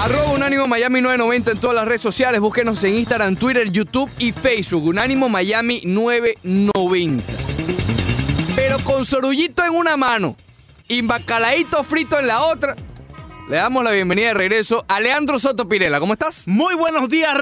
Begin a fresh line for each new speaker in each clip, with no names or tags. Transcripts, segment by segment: Arroba Unánimo Miami 990 en todas las redes sociales. Búsquenos en Instagram, Twitter, YouTube y Facebook. Unánimo Miami 990. Pero con sorullito en una mano y bacalaíto frito en la otra, le damos la bienvenida de regreso a Leandro Soto Pirela. ¿Cómo estás?
Muy buenos días,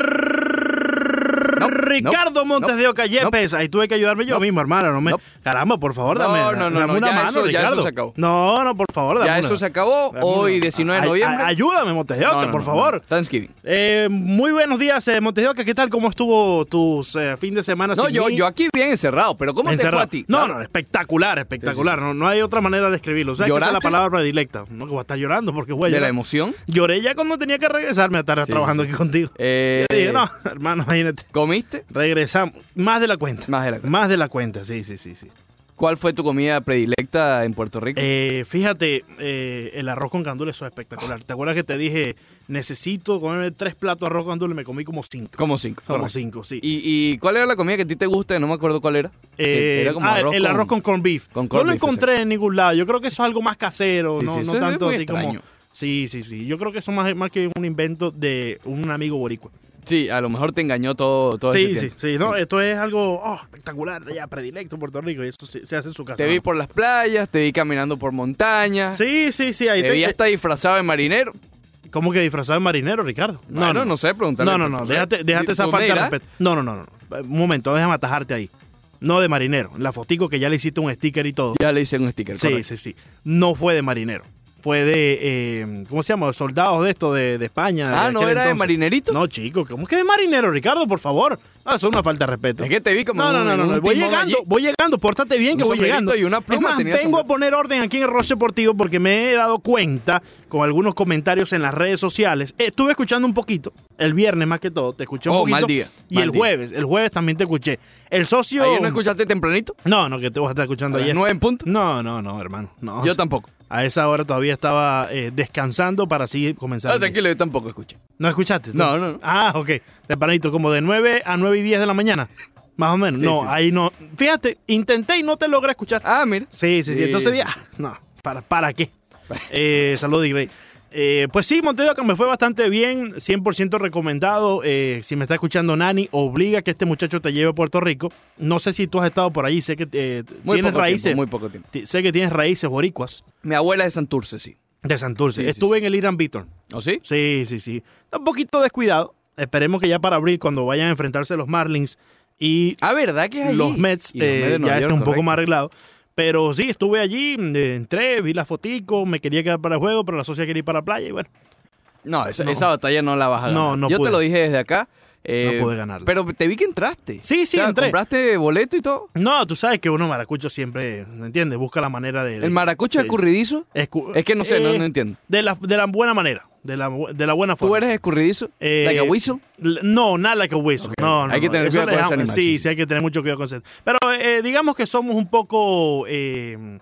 No,
Ricardo
no,
Montes
no,
de Oca Yepes. Ahí tuve que ayudarme yo
No.
mismo, hermano. No me...
No.
Caramba, por favor,
No,
dame,
no, no,
dame
no,
una
ya
mano,
eso- ya eso
Ricardo.
se acabó.
No, no, por favor, dame
Ya
una-
eso se acabó.
dame una-
Hoy, 19 de
Ay-
noviembre.
ay- ayúdame, Montes de Oca,
No, no,
por
no,
favor.
no. Thanksgiving.
Eh, muy buenos días, eh, Montes de Oca. ¿Qué tal? ¿Cómo estuvo tu fin de semana?
No,
sin
yo,
mí?
yo aquí bien encerrado, pero ¿cómo te
Encerrado.
fue a ti? ¿Ah?
No, no, espectacular, espectacular. No, no hay otra manera de escribirlo. O sea, que esa es la
¿Lloraste?
palabra predilecta. No, que voy a estar llorando porque voy a
¿De la
llorar.
emoción?
Lloré ya cuando tenía que regresarme a estar
sí,
trabajando
sí.
aquí contigo.
Eh,
Yo dije, no, hermano, imagínate.
¿Comiste?
Regresamos. Más de la cuenta.
Más de la cuenta.
Más de la cuenta, sí, sí, sí. sí.
¿Cuál fue tu comida predilecta en Puerto Rico?
Eh, fíjate, eh, el arroz con gandules eso es espectacular. ¿Te acuerdas que te dije, necesito comerme tres platos de arroz con gandules? Me comí como cinco.
como cinco.
Como
correcto.
cinco, sí.
¿Y, y cuál era la comida que a ti te gusta? No me acuerdo cuál era. Que
Eh,
era como
ah,
arroz
el
con-
arroz con corned beef.
con
no
corned
lo
beef,
encontré en ningún lado. Yo creo que eso es algo más casero,
Sí,
no,
sí,
no
eso es
tanto
muy
así como.
extraño.
Sí, sí, sí. Yo creo que eso más, más que un invento de un amigo boricua.
Sí, a lo mejor te engañó todo, todo
Sí,
este
sí,
tiempo.
sí. No, esto es algo oh, espectacular, ya predilecto en Puerto Rico. Y eso se, se hace en su casa.
Te vi por las playas, te vi caminando por montañas.
Sí, sí, sí. Ahí
Te vi
te,
hasta disfrazado de marinero.
¿Cómo que disfrazado de marinero, Ricardo?
Bueno, no, sé, preguntarle.
No, no, no, déjate, déjate esa
¿Tú
falta de
dirás?
respeto. No, no, no, no. Un momento, déjame atajarte ahí. No de marinero. La fotico que ya le hiciste un sticker y todo.
Ya le hice un sticker.
sí,
correcto.
sí, sí. No fue de marinero. Fue de, eh, ¿cómo se llama? Soldados de esto, de, de España. de
Ah, ¿no
aquel
era de
entonces.
marinerito?
No, chico, ¿cómo que de marinero, Ricardo? Por favor. No, eso es una falta de respeto.
Es que te vi como
No,
en
no,
un-
no, no,
en un
no, Voy
timón
llegando,
allí.
voy llegando. Pórtate bien
Un
que voy
sombrerito
llegando.
y una pluma
es más,
tenía
vengo
sombrero.
a poner orden aquí en el roce Portivo porque me he dado cuenta con algunos comentarios en las redes sociales. Eh, Estuve escuchando un poquito, el viernes más que todo, te escuché un
Oh,
poquito.
mal día,
Y
mal
el
día.
jueves, el jueves también te escuché. El socio.
¿Ayer no escuchaste tempranito?
no, no, que te vas a estar
A
escuchando
las
ayer.
nueve en punto.
No, no, no, hermano. No,
Yo tampoco.
a esa hora todavía estaba eh, descansando para así comenzar.
Ah,
el día.
tranquilo, yo tampoco escuché.
¿No escuchaste? tú?
No, no, no.
Ah, ok. Tempranito, como de 9 a 9 y 10 de la mañana. Más o menos.
Sí,
no,
sí.
ahí no. Fíjate, intenté y no te logré escuchar.
Ah, mira.
Sí, sí, sí.
Sí.
Entonces dije, ah, no, ¿para, para qué? eh, saludos, Grey. Eh, pues sí, Montevideo que me fue bastante bien, 100% recomendado. Eh, si me está escuchando Nani, obliga a que este muchacho te lleve a Puerto Rico. No sé si tú has estado por ahí, sé que eh,
Muy
tienes
poco
raíces.
tiempo, muy poco tiempo.
ti- Sé que tienes raíces boricuas
Mi abuela es de Santurce, sí.
de Santurce.
Sí, sí,
Estuve en el Irán Beaton.
¿O sí?
Sí, sí, sí. Está un poquito descuidado. Esperemos que ya para abril, cuando vayan a enfrentarse los Marlins y
Ah, ¿verdad que es allí?
los Mets,
Y los
eh,
Mets de Nueva
ya está
York,
un poco
correcto.
más arreglado. Pero sí, estuve allí, eh, entré, vi las foticos, me quería quedar para el juego, pero la socia quería ir para la playa y bueno,
No, esa,
No.
esa batalla no la vas a ganar.
No, no
Yo
pude.
te lo dije desde acá. eh,
no pude ganarla.
Pero te vi que entraste.
Sí, sí,
O sea,
entré.
Compraste boleto y todo.
no, tú sabes que uno maracucho siempre, ¿me entiendes? Busca la manera de... de-
El maracucho
sí,
escurridizo.
escu-
Es que no sé, no,
eh,
no entiendo.
De la, de la buena manera, de la, bu- de la buena forma.
¿Tú eres escurridizo?
Eh,
like a whistle.
L- No, nada like a whistle.
Ok.
No, no,
Hay que
no.
tener
Eso
cuidado
le
con ese
dejamos-
animal,
Sí,
sí,
sí, hay que tener mucho cuidado con eso. Pero eh, digamos que somos un poco. eh,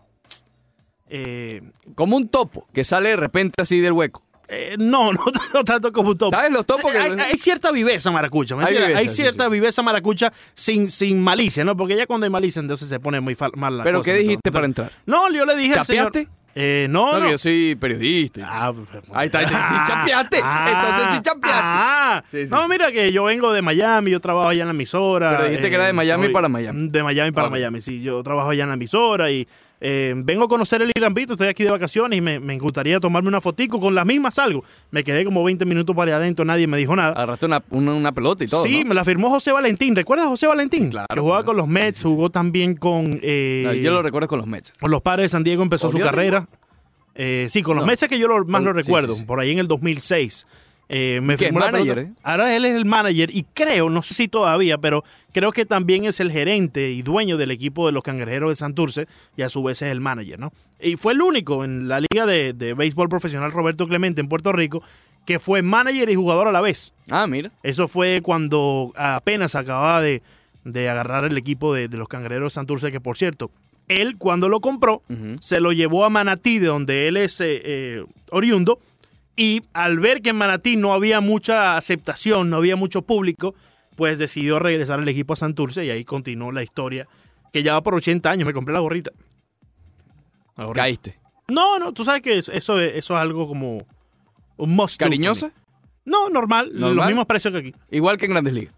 eh,
Como un topo que sale de repente así del hueco.
eh, no, no, no tanto como un topo.
¿Sabes los topos que.?
hay, hay cierta viveza maracucha, ¿me
Hay
entiendes?
viveza,
Hay
sí,
cierta
sí.
viveza maracucha sin, sin malicia, ¿no? Porque ya cuando hay malicia entonces se pone muy fal- mal la
¿Pero
cosa,
qué
¿no?
dijiste para entrar?
No, yo le dije al señor-
¿Chapeaste?
Eh, no,
No,
no.
que yo soy periodista.
Ah, pues,
Ahí está, ahí está. Sí,
ah,
champeaste. Entonces sí champeaste.
ah.
Sí, sí,
No,
sí.
mira que yo vengo de Miami, yo trabajo allá en la emisora. eh,
Pero dijiste que era de Miami para Miami.
De Miami para
Ah, bueno.
Miami, sí. Yo trabajo allá en la emisora y eh, vengo a conocer el Gran Vito, estoy aquí de vacaciones y me, me gustaría tomarme una fotico con las mismas algo. Me quedé como 20 minutos para allá adentro, nadie me dijo nada.
Agarraste una, una, una pelota Ah, y todo.
sí,
¿no?
me la firmó José Valentín. ¿Recuerdas a José Valentín?
Claro,
Que jugaba
claro.
con los Mets, jugó también con... eh,
No, yo lo recuerdo con los Mets.
con los padres de San Diego empezó su
¿Oriol?
carrera. Eh, sí, con los
No.
meses que yo lo- más
Con-
lo
sí,
recuerdo,
sí, sí.
por ahí en el 2006. Eh, me
¿Qué,
firmó la
manager,
pelota.
eh?
Ahora él es el manager y creo, no sé si todavía, pero creo que también es el gerente y dueño del equipo de los cangrejeros de Santurce y a su vez es el manager, ¿no? Y fue el único en la liga de, de béisbol profesional Roberto Clemente en Puerto Rico que fue manager y jugador a la vez.
Ah, mira.
Eso fue cuando apenas acababa de, de agarrar el equipo de, de los cangrejeros de Santurce, que por cierto, él cuando lo compró,
Ujú.
se lo llevó a Manatí, de donde él es eh, eh, oriundo, y al ver que en Manatí no había mucha aceptación, no había mucho público, pues decidió regresar al equipo a Santurce y ahí continuó la historia, que ya va por 80 años, me compré la gorrita. La gorrita.
Caíste.
No, no, tú sabes que eso, eso es eso es algo como un must. do for me.
¿Cariñosa?
No, normal, los
¿Normal?
mismos precios que aquí.
Igual que en Grandes Ligas.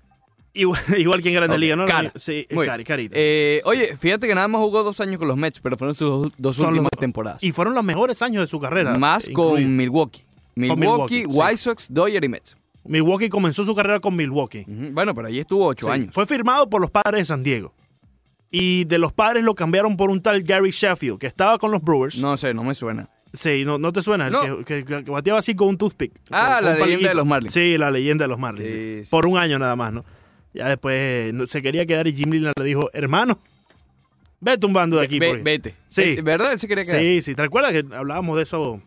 Igual, igual que en Grandes
Ok,
Ligas, ¿no?
cara.
Sí,
Muy
cari-
bien.
carita.
Eh, oye, fíjate que nada más jugó dos años con los Mets, pero fueron sus dos- dos
Son los
últimas
dos.
temporadas.
y fueron los mejores años de su carrera.
más
incluido.
con Milwaukee. Milwaukee,
Milwaukee, sí.
White Sox, Dodgers y Mets.
Milwaukee comenzó su carrera con Milwaukee.
Ujú, Bueno, pero ahí estuvo ocho
Sí,
años.
Fue firmado por los padres de San Diego. Y de los padres lo cambiaron por un tal Gary Sheffield, que estaba con los Brewers.
No sé, no me suena.
Sí, no, no te suena, El
No.
Que, que- que bateaba así con un toothpick.
Ah,
Con- con
la
un
leyenda
palillito.
de los Marlins.
Sí, la leyenda de los Marlins.
Sí,
sí.
sí,
Por un año nada más, ¿no? Ya después eh, no- se quería quedar y Jim Leland le dijo, hermano, ve tumbando de aquí.
Ve-
porque-".
vete.
Sí.
Es- ¿Verdad? Él se quería quedar.
Sí, sí, ¿te acuerdas que hablábamos de eso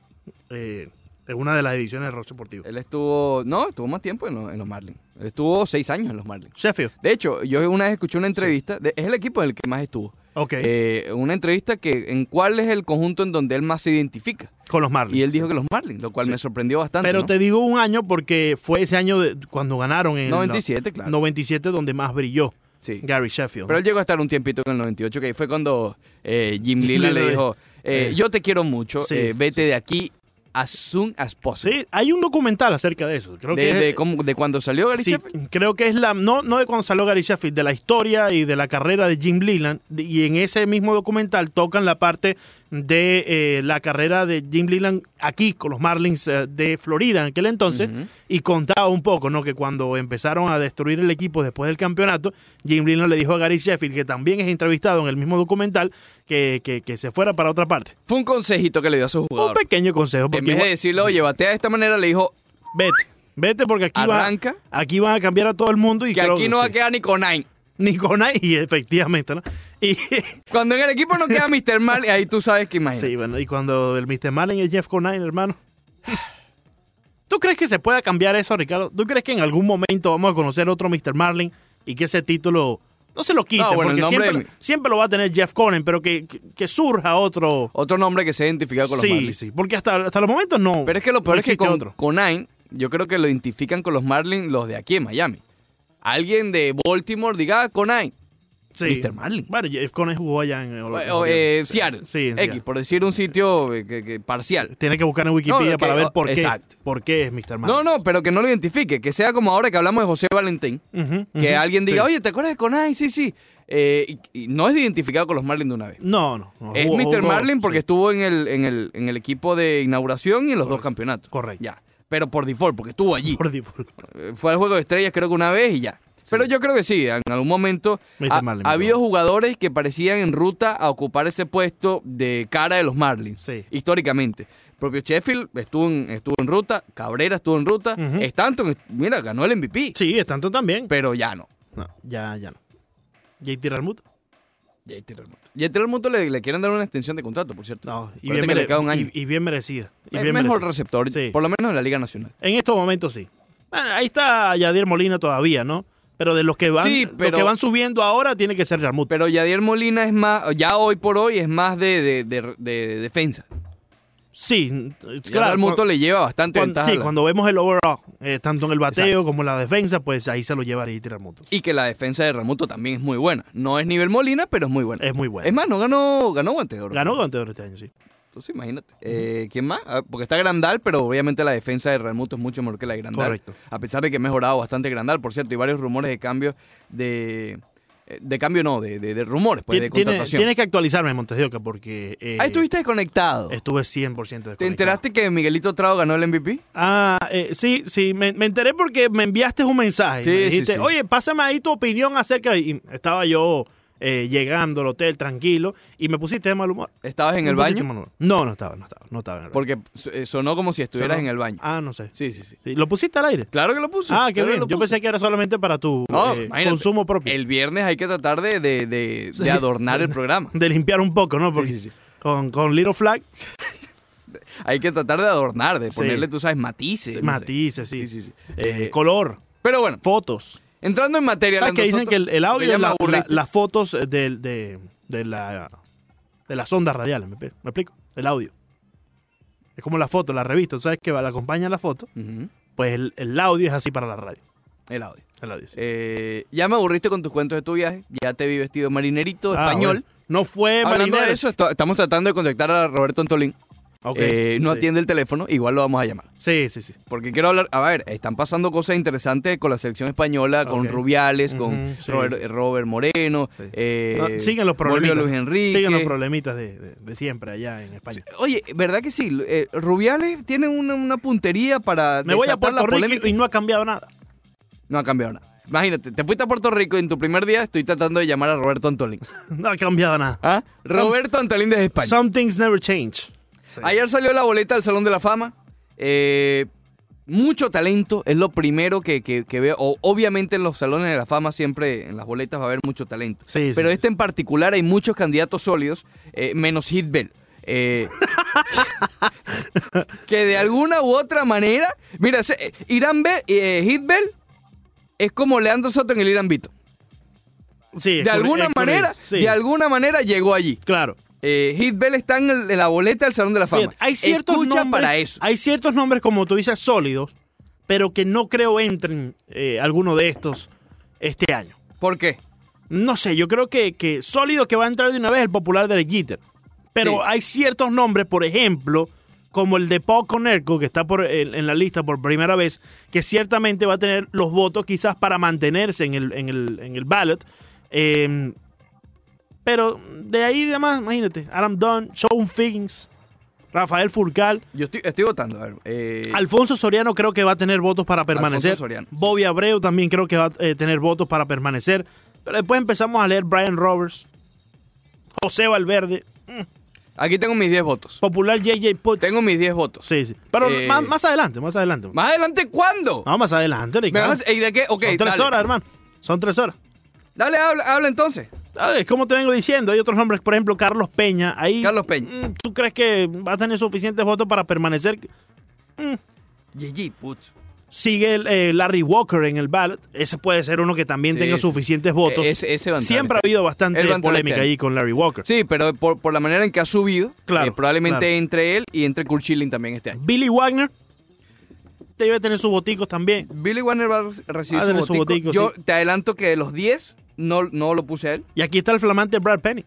eh, en una de las ediciones de Rock Deportivo?
Él estuvo, no, estuvo más tiempo en, lo- en los Marlins. Él estuvo seis años en los Marlins.
Sheffield,
De hecho, yo una vez escuché una entrevista, de- es el equipo en el que más estuvo.
ok,
Eh, una entrevista que en cuál es el conjunto en donde él más se identifica.
con los Marlins.
Y él dijo que los Marlins, lo cual
Sí.
me sorprendió bastante.
Pero
¿no?
te digo un año porque fue ese año de- cuando ganaron en el
97, claro.
97 donde más brilló
Sí.
Gary Sheffield.
Pero él llegó a estar un tiempito con el 98, que ahí fue cuando eh, Jim Leland le
Leland.
dijo, eh,
Eh.
yo te quiero mucho,
Sí,
eh, vete de aquí as soon as possible.
sí, hay un documental acerca de eso. Creo
de,
que
de
es,
cómo- de cuando salió Gary
sí,
Sheffield.
creo que es la no no de cuando salió Gary Sheffield, de la historia y de la carrera de Jim Leland de- y en ese mismo documental tocan la parte de eh, la carrera de Jim Leland aquí con los Marlins eh, de Florida en aquel entonces
Ujú.
y contaba un poco, ¿no? Que cuando empezaron a destruir el equipo después del campeonato, Jim Leland le dijo a Gary Sheffield, que también es entrevistado en el mismo documental, que, que- que se fuera para otra parte.
Fue un consejito que le dio a su
Un
jugador.
pequeño consejo,
En
porque
vez de
igual-
decirle, oye, batea de esta manera, le dijo,
vete, vete porque aquí, va,
Arranca.
aquí van a cambiar a todo el mundo y
que
creo
aquí no va a
sí.
quedar ni con nine.
Ni con ahí, y efectivamente, ¿no? Y,
Cuando en el equipo no queda Mr. Marlin, ahí tú sabes que imagínate.
sí, bueno, y cuando el Mr. Marlin es Jeff Conine, hermano. ¿Tú crees que se pueda cambiar eso, Ricardo? ¿Tú crees que en algún momento vamos a conocer otro Mr. Marlin y que ese título no se lo quite?
No, bueno, el
porque
nombre
siempre,
de-
siempre lo va a tener Jeff Conan, pero que, que- que surja otro.
Otro nombre que se ha identificado con los
Sí,
Marlins.
sí, porque hasta, hasta los momentos no.
Pero es que lo
no
peor es que
existe
con,
otro.
con Nine, yo creo que lo identifican con los Marlins los de aquí en Miami. Alguien de Baltimore diga ah, con Nine.
Sí.
Mr. Marlin.
Bueno, Jeff Conan jugó allá en. en-
O, eh, Seattle.
Sí, en
X,
Seattle.
por decir un sitio eh, que- que parcial.
Tiene que buscar en Wikipedia
No, que-
para ver
oh,
por qué,
exacto.
por qué es Mr. Marlin.
No, no, pero que no lo identifique. Que sea como ahora que hablamos de José Valentín.
Ujú,
Que
ujú.
alguien diga,
Sí.
oye, ¿te acuerdas de Conay? Sí, sí. Eh, y, y no es identificado con los Marlins de una vez.
No, no. no,
Es
jugó-
Mr.
jugó,
Marlin porque
sí.
estuvo en el, en, el, en el equipo de inauguración y en los dos campeonatos.
correcto.
Ya. Pero por default, porque estuvo allí.
Por default.
Eh, Fue al juego de estrellas creo que una vez y ya. Pero yo creo que sí, en algún momento
Mr.
ha,
Marlin,
ha habido
perdón.
jugadores que parecían en ruta a ocupar ese puesto de cara de los Marlins,
Sí.
históricamente. Propio Sheffield estuvo en, estuvo en ruta, Cabrera estuvo en ruta,
Ujú.
Stanton, mira, ganó el MVP,
Sí, es tanto también.
pero ya no.
No, ya, ya no. JT Realmuto.
JT Realmuto. JT Realmuto le, le quieren dar una extensión de contrato, por cierto.
No, y
Acuérdate
bien,
que le
mere-
queda un
y-
año.
y bien merecida. Y
Es
bien
mejor
merecida.
receptor,
Sí.
por lo menos en la Liga Nacional.
En estos momentos sí. Bueno, ahí está Yadier Molina todavía, ¿no? Pero de los que van,
Sí, pero-
los que van subiendo ahora tiene que ser Realmuto.
Pero Yadier Molina es más, ya hoy por hoy es más de, de- de- de defensa.
sí,
Claro,
claro.
Realmuto le lleva bastante
cuando,
ventaja.
sí,
a la-
cuando vemos el overall, eh, tanto en el bateo
Exacto.
como en la defensa, pues ahí se lo lleva JT Realmuto.
Y que la defensa de Ramuto también es muy buena. No es nivel Molina, pero es muy buena.
Es muy bueno.
Es más, no ganó, ganó guante de oro.
Ganó con Teodoro este año, sí.
Entonces imagínate. Eh, ¿Quién más? Ah, Porque está Grandal, pero obviamente la defensa de Ramuto es mucho mejor que la de Grandal.
Correcto.
A pesar de que ha mejorado bastante Grandal, por cierto, y varios rumores de cambio de... eh, De cambio no, de, de- de rumores, pues, de
Tien- tiene-
contratación.
tienes que actualizarme, Montes de Oca, porque eh,
Ahí estuviste desconectado.
estuve 100% desconectado.
¿Te enteraste que Miguelito Trao ganó el MVP?
Ah, eh, sí, sí, me, me enteré porque me enviaste un mensaje.
Sí,
me
sí,
dijiste,
sí.
oye, pásame ahí tu opinión acerca. de-". Y estaba yo eh, llegando al hotel tranquilo y me pusiste de mal humor.
¿Estabas en
Me
el
pusiste
baño?
de mal humor. No, no estaba, no estaba, no estaba en el baño.
Porque eh, sonó como si estuvieras
Sonó-
en el baño.
Ah, no sé.
Sí, sí, sí.
Sí, ¿Lo pusiste al aire?
Claro que lo puso.
Ah, qué
claro que
bien.
lo
Yo
puso.
pensé que era solamente para tu
No,
eh,
imagínate,
consumo propio.
El viernes hay que tratar de, de- de- de adornar el programa.
De limpiar un poco, ¿no? Porque
Sí, sí, sí.
Con, con Little Flag,
Hay que tratar de adornar, de
Sí.
ponerle, tú sabes, matices. no sé.
matices, sí.
Sí, sí, sí.
Eh,
Eh,
color,
Pero bueno,
fotos.
entrando en materia.
¿Sabes
Leandro
que dicen
Soto,
que el, el
que
audio
ya
es
me
la- la-
aburriste.
las fotos de, de, de la, de las ondas radiales? ¿me, pe- me explico? El audio. Es como la foto, la revista. Tú sabes que va- la acompaña la foto.
Ujú,
Pues el, el audio es así para la radio.
el audio.
El audio, sí.
Eh, ya me aburriste con tus cuentos de tu viaje. Ya te vi vestido de marinerito,
Ah,
español.
bueno. Eh, No fue
Hablando
marinero.
de eso, esto- estamos tratando de contactar a Roberto Antolín.
Ok,
Eh, no
sí.
atiende el teléfono, igual lo vamos a llamar.
Sí, sí, sí.
Porque quiero hablar, a ver, están pasando cosas interesantes con la selección española, con
Ok.
Rubiales, con
Ujú, sí.
Robert, Robert Moreno,
Sí.
eh,
Ah, siguen los
volvió
problemitas.
Luis Enrique.
Siguen los problemitas de, de- de siempre allá en España.
Oye, ¿verdad que sí? Eh, Rubiales tiene una, una puntería para
Me voy a
desatar la
Puerto Rico
polémica.
y no ha cambiado nada.
No ha cambiado nada. Imagínate, te fuiste a Puerto Rico y en tu primer día estoy tratando de llamar a Roberto Antolín.
No ha cambiado nada.
¿Ah? Roberto Antolín desde España.
Some things never change. Sí.
Ayer salió la boleta del Salón de la Fama. Eh, mucho talento es lo primero que, que- que veo. O- obviamente en los Salones de la Fama siempre en las boletas va a haber mucho talento.
Sí, sí,
Pero
sí.
este en particular hay muchos candidatos sólidos, eh, menos Hit Bell. Eh, que de alguna u otra manera, mira, se- eh, Irán Be- eh, Hit Bell es como Leandro Soto en el Irán Vito.
Sí, es
De
corri-
alguna
es corri-
manera,
sí,
de alguna manera llegó allí.
Claro.
Eh, Hit Bell está en, el- en la boleta del Salón de la Fama.
Fíjate, hay ciertos
Escucha
nombres,
para eso.
Hay ciertos nombres, como tú dices, sólidos, pero que no creo entren eh, alguno de estos este año.
¿Por qué?
No sé, yo creo que, que sólido que va a entrar de una vez el popular del Jeter. Pero
Sí.
hay ciertos nombres, por ejemplo, como el de Paul Conerco, que está por, en, en la lista por primera vez, que ciertamente va a tener los votos quizás para mantenerse en el, en el, en el ballot. Eh, pero de ahí demás, imagínate, Adam Dunn, Sean Figgins, Rafael Furcal,
Yo estoy, estoy votando. A ver, eh,
Alfonso Soriano creo que va a tener votos para permanecer.
Soriano.
Bobby Abreu también creo que va a eh, tener votos para permanecer. Pero después empezamos a leer Brian Roberts, José Valverde,
aquí tengo mis 10 votos.
popular JJ Potts.
Tengo mis 10 votos.
Sí, sí. Pero
Eh,
más, más adelante, más adelante.
¿Más adelante cuándo?
No, más adelante,
¿Me
Ricardo.
vas- ¿Y de qué? Ok,
Son tres
dale.
horas, hermano. Son tres horas.
Dale, habla, habla entonces.
Ah, Es como te vengo diciendo, hay otros nombres, por ejemplo, Carlos Peña. Ahí,
Carlos Peña.
Mm, ¿Tú crees que va a tener suficientes votos para permanecer?
GG, putz.
Sigue el, eh, Larry Walker en el ballot. Ese puede ser uno que también
Sí,
tenga
sí,
suficientes votos.
E- ese- ese va a entrar
Siempre ha
este
habido
Él
bastante
va a entrar
polémica
este año.
ahí con Larry Walker.
Sí, pero por, por la manera en que ha subido,
Claro,
eh, probablemente
claro.
entre él y entre Kurt Schilling también este año.
Billy Wagner debe tener sus boticos también.
Billy Warner va a recibir
Va
su
a tener Ah, su
botico.
botico,
Yo
sí.
te adelanto que de los 10 no, no lo puse a él.
Y aquí está el flamante Brad Penny.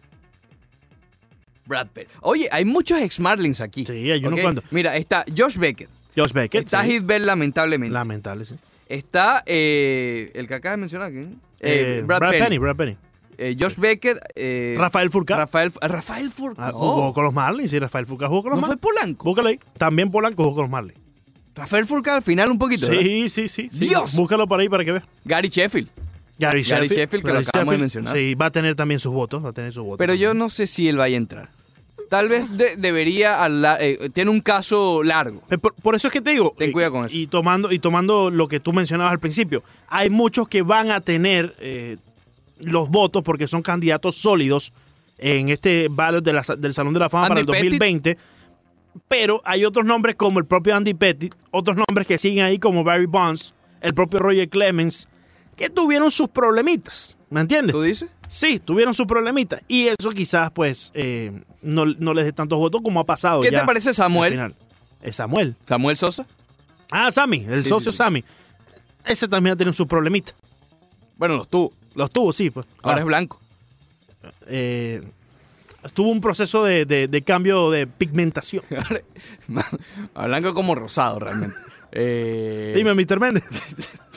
Brad Pitt. Oye, hay muchos ex Marlins aquí.
Sí, hay unos
¿ok?
cuantos.
Mira, está Josh Beckett.
Josh Beckett.
Está
sí.
Heath Bell, lamentablemente.
Lamentable, sí.
Está eh, el que acabas de mencionar. ¿quién? Eh,
Eh,
Brad, Penny.
Brad Penny.
Eh, Josh Beckett. eh,
Rafael Furcal.
Rafael, Rafael Fur-
Ah,
no,
Jugó con los Marlins. Sí, Rafael Furcal jugó con los
no fue
Marlins.
Polanco.
Búscalo ahí. También Polanco jugó con los Marlins.
Rafael Furcal al final un poquito. ¿verdad?
Sí, sí, sí, sí.
¡Dios!
Búscalo por ahí para que veas.
Gary Sheffield.
Gary
Gary
Sheffield.
Sheffield, que lo acabamos de mencionar.
Sí, va a tener también sus votos. Va a tener sus votos.
Pero yo
también.
no sé si él vaya a entrar. Tal vez de- debería. al la- eh, tiene un caso largo.
Eh, Por, por eso es que te digo.
Ten
eh,
cuidado con eso.
Y tomando, y tomando lo que tú mencionabas al principio, hay muchos que van a tener eh, los votos porque son candidatos sólidos en este ballot de la sa- del Salón de la Fama para el
Andy Pettit.
2020. Pero hay otros nombres como el propio Andy Pettit, otros nombres que siguen ahí como Barry Bonds, el propio Roger Clemens, que tuvieron sus problemitas. ¿Me entiendes?
¿Tú dices?
Sí, tuvieron sus problemitas. Y eso quizás, pues, eh, no, no les dé tantos votos como ha pasado.
¿Qué
ya
te parece
al
Samuel?
final. Eh, Samuel.
Samuel Sosa.
Ah, Sammy, el
Sí,
socio
sí, sí.
Sammy. Ese también ha tenido sus problemitas.
Bueno, los tuvo.
Los tuvo, sí. Pues.
Ahora
Ah,
es blanco.
eh, tuvo un proceso de, de- de cambio de pigmentación.
A blanco como rosado, realmente. Eh,
Dime, Mr. Méndez.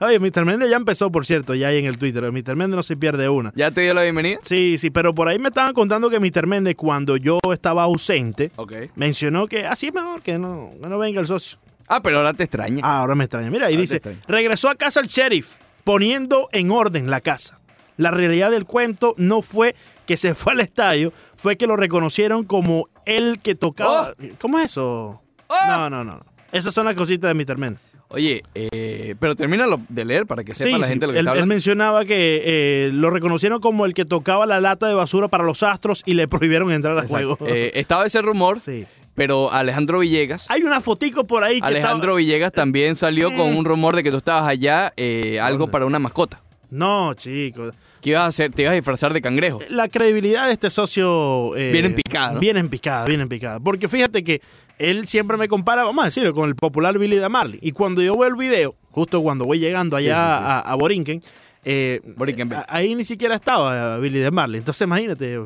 Oye, Mr. Méndez ya empezó, por cierto, ya ahí en el Twitter. Mr. Méndez no se pierde una.
¿Ya te dio la bienvenida?
Sí, sí, pero por ahí me estaban contando que Mr. Méndez, cuando yo estaba ausente,
Ok.
mencionó que así es mejor que no, que no venga el socio.
Ah, pero ahora te extraña.
Ah, ahora me extraña. Mira, ahí
Ahora te
dice,
extraña.
regresó a casa el sheriff, poniendo en orden la casa. La realidad del cuento no fue que se fue al estadio, fue que lo reconocieron como el que tocaba. ¿Cómo es eso?
¡Oh!
No, no, no. no. Esas son las cositas de mi termena.
Oye, eh, pero termínalo de leer para que sepa la gente lo que
él,
está
él
hablando.
mencionaba que eh, lo reconocieron como el que tocaba la lata de basura para los astros y le prohibieron entrar al
Exacto.
juego.
Eh, estaba ese rumor,
sí.
pero Alejandro Villegas.
Hay una fotico por ahí que
Alejandro
estaba-
Villegas también salió con
Mm.
un rumor de que tú estabas allá, eh, algo
¿Dónde?
para una mascota.
No, chicos.
Que ibas a hacer, te ibas a disfrazar de cangrejo.
la credibilidad de este socio. eh,
Viene en picada, ¿no?
Viene en picada, viene en picada. Porque fíjate que él siempre me compara, vamos a decirlo, con el popular Billy de Marley. Y cuando yo veo el video, justo cuando voy llegando allá
Sí, sí, sí.
A, a Borinquen, Eh,
Borinquen.
ahí ni siquiera estaba eh, Billy de Marley. Entonces imagínate,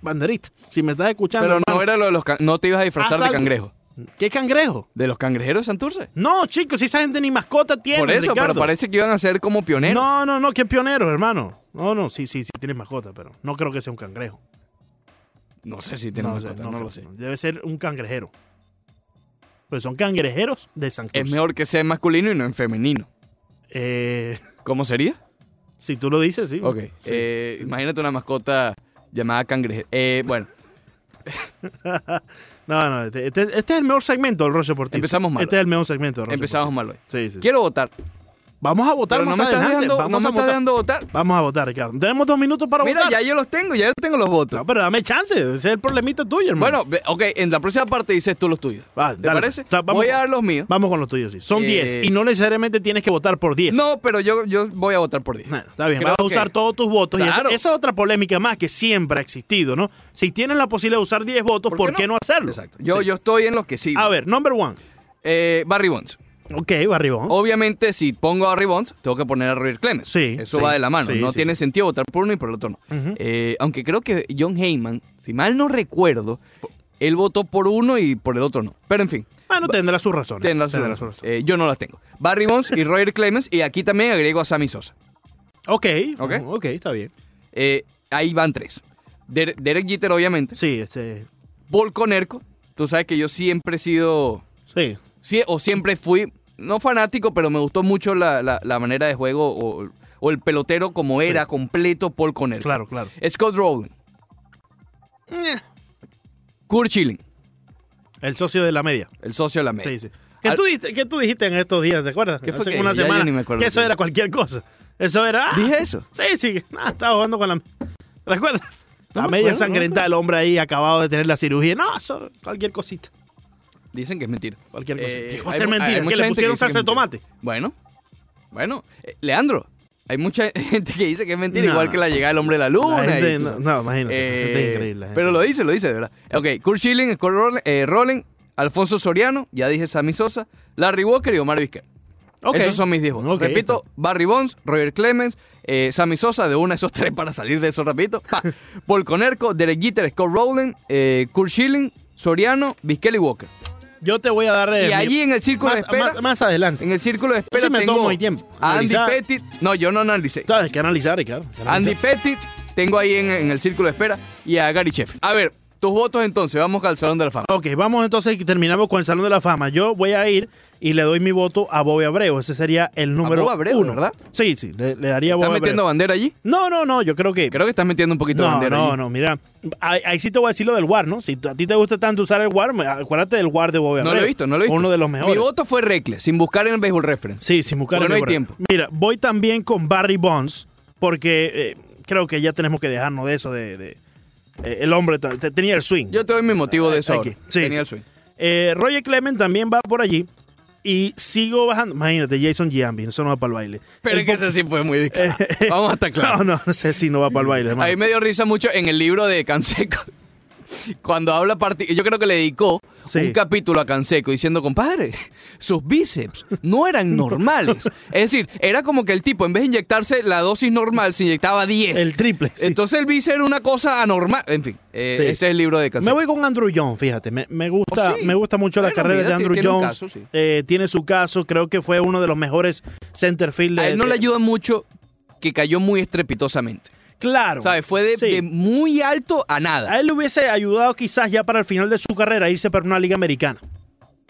banderista, si me estás escuchando.
Pero no
hermano,
era lo de los can- no te ibas a disfrazar
Haz
de
algo.
cangrejo.
¿Qué cangrejo?
De los cangrejeros de Santurce.
No, chicos, esa gente ni mascota tiene.
Por eso, pero
Ricardo.
parece que iban a ser como pioneros.
No, no, no, qué pionero, hermano. No, no, sí, sí, sí, tiene mascota, pero no creo que sea un cangrejo.
No, sé si tienen
sé,
mascota, no,
creo,
lo sé.
no. Debe ser un cangrejero. Pues son cangrejeros de San
Es mejor que sea en masculino y no en femenino.
Eh,
¿Cómo sería?
si tú lo dices, sí.
Ok.
Sí.
eh, imagínate una mascota llamada cangrejero. Eh, bueno,
No, no, este, este- este es el mejor segmento del Roche Deportivo.
Empezamos mal.
Este es el mejor segmento del Roche
empezamos mal hoy.
Deportivo. Sí, sí. sí.
Quiero votar.
Vamos a votar
Pero no
más
me estás
adelante.
dejando,
Vamos,
no me
a
estás
votar.
dejando votar.
Vamos a votar, Ricardo. Tenemos dos minutos para
Mira,
votar.
ya yo los tengo, ya yo tengo los votos.
No, pero dame chance. Ese es el problemita tuyo, hermano.
Bueno, ve- ok, en la próxima parte dices tú los tuyos.
Va,
¿Te
dale.
parece?
Ta- vamos-
Voy a dar los míos.
Vamos con los tuyos, sí. Son
Eh,
10 y no necesariamente tienes que votar por 10.
No, pero yo, yo voy a votar por 10.
Nah, está bien,
Creo
vas a usar
que-
todos tus votos. Y
Claro.
esa, esa es otra polémica más que siempre ha existido, ¿no? Si tienes la posibilidad de usar 10 votos, ¿por, qué no? hacerlo?
Exacto. Yo,
Sí.
yo estoy en los que sí.
A ver, number one.
Eh, Barry Bonds.
Ok, Barribón.
Oh, Obviamente, si pongo a Barry Bonds, tengo que poner a Roger Clemens.
Sí,
Eso
sí,
va de la mano.
sí,
no
sí,
tiene sentido votar por uno y por el otro no.
Ujú.
Eh, aunque creo que John Heyman, si mal no recuerdo, él votó por uno y por el otro no. Pero en fin,
Bueno, tendrá sus razones.
tendrá su- eh, yo no las tengo. Barry Bonds y Roger Clemens. Y aquí también agrego a Sammy Sosa.
Ok,
Ok.
ok, ok, está bien.
Eh, ahí van tres. Der- Derek Jeter, obviamente.
Sí, este,
Paul Conerco. Tú sabes que yo siempre he sido...
sí.
sí, o siempre fui, no fanático, pero me gustó mucho la, la- la manera de juego o, o el pelotero como era,
Sí.
completo Paul Conner.
Claro, claro.
Scott Rowland, Eh. Kurt Schilling,
El socio de la media.
el socio de la media.
Sí, sí. ¿Qué,
Al-
tú dijiste, qué tú dijiste en estos días? ¿Te acuerdas?
¿Qué fue
Hace
que-
una
ya yo
semana.
ni me acuerdo
que
qué
eso
dije.
era cualquier cosa. Eso era. ¡ah!
¿Dije eso?
Sí, sí. Ah, estaba jugando con la. ¿Recuerdas?
No
la
me acuerdo,
media
no me
sangrentada, el hombre ahí acabado de tener la cirugía. No, eso, cualquier cosita.
Dicen que es mentira.
Cualquier cosa.
Eh,
Dijo, va a
hay
ser
mu- hay
mentira.
mucha
Que le
gente
pusieron
dice que
salsa de
es mentira.
tomate.
Bueno, bueno. Eh, Leandro, hay mucha gente que dice que es mentira,
No,
igual
no.
que la llegada del hombre de la
La
luna. y
gente-
tú
no,
sabes.
no, imagínate. la gente
Eh,
es increíble. la gente.
Pero lo dice, lo dice, de verdad. Ok, Kurt Schilling, Scott Rowland, eh, Rowland, Alfonso Soriano, ya dije Sammy Sosa, Larry Walker y Omar Vizquel.
Ok.
Esos son mis 10 votos.
Ok,
repito,
está.
Barry Bonds, Roger Clemens, eh, Sammy Sosa, de una de esos tres para salir de eso, repito. Pa. Paul Conerco, Derek Jeter, Scott Rowland, eh, Kurt Schilling, Soriano, Vizquel y Walker.
Yo te voy a dar. eh,
Y
mi-
allí en el círculo
más,
de espera,
más- más adelante.
en el círculo de espera
sí me
tengo
tomo mi tiempo.
a Andy
Analizar.
Pettit. No, yo no analicé.
Sabes que analizar, Ricardo. Hay que
Andy
analizar.
Pettit, tengo ahí en, en el círculo de espera, y a Gary Sheffield. A ver, tus votos entonces, vamos al Salón de la Fama.
Ok, vamos entonces y terminamos con el Salón de la Fama. Yo voy a ir y le doy mi voto a Bobby Abreu. Ese sería el número
Bob Abreu,
uno.
¿verdad?
Sí, sí, le, le daría a
¿Estás
Bobby
metiendo
Abreu.
bandera allí?
No, no, no, yo creo que...
Creo que estás metiendo un poquito de
no,
bandera
no,
allí.
no, mira, ahí, ahí sí te voy a decir lo del WAR, ¿no? Si a ti te gusta tanto usar el WAR, me- acuérdate del WAR de Bobby
No
Abreu.
lo he visto, no lo he visto.
Uno de los mejores.
Mi voto fue Recle, sin buscar en el Baseball Reference.
Sí, sin buscar
Porque
el
no hay
mejor.
tiempo.
Mira, voy también con Barry Bonds, porque eh, creo que ya tenemos que dejarnos de eso, de... de- eh, el hombre ta- te- tenía el swing.
Yo te doy mi motivo de eso.
Ah, Aquí,
ahora.
sí,
Tenía
sí.
el swing.
Eh, Roger Clement también va por allí. Y sigo bajando. Imagínate, Jason Giambi, eso no va para el baile.
Pero
El
es que
po-
ese sí fue muy descarado. Vamos a estar claros.
No, no, no sé si no va para el baile, hermano.
Ahí me dio risa mucho en el libro de Canseco. Cuando habla, parti- yo creo que le dedicó
Sí.
un capítulo a Canseco diciendo, compadre, sus bíceps no eran normales. Es decir, era como que el tipo, en vez de inyectarse la dosis normal, se inyectaba 10.
El triple. sí.
Entonces el bíceps era una cosa anormal. En fin, eh,
Sí.
ese es el libro de
me
Canseco.
voy con Andrew Young, fíjate. Me, me gusta,
Oh, sí.
me gusta mucho la
Bueno,
carrera
mira,
de
ti-
Andrew
tiene un
Jones.
caso, sí.
Eh, tiene su caso, creo que fue uno de los mejores centerfield.
A
de-
él no
de-
le ayuda mucho que cayó muy estrepitosamente.
Claro.
¿Sabes? Fue de,
Sí.
de muy alto a
A
nada.
él le hubiese ayudado quizás ya para el final de su carrera a irse para una liga americana.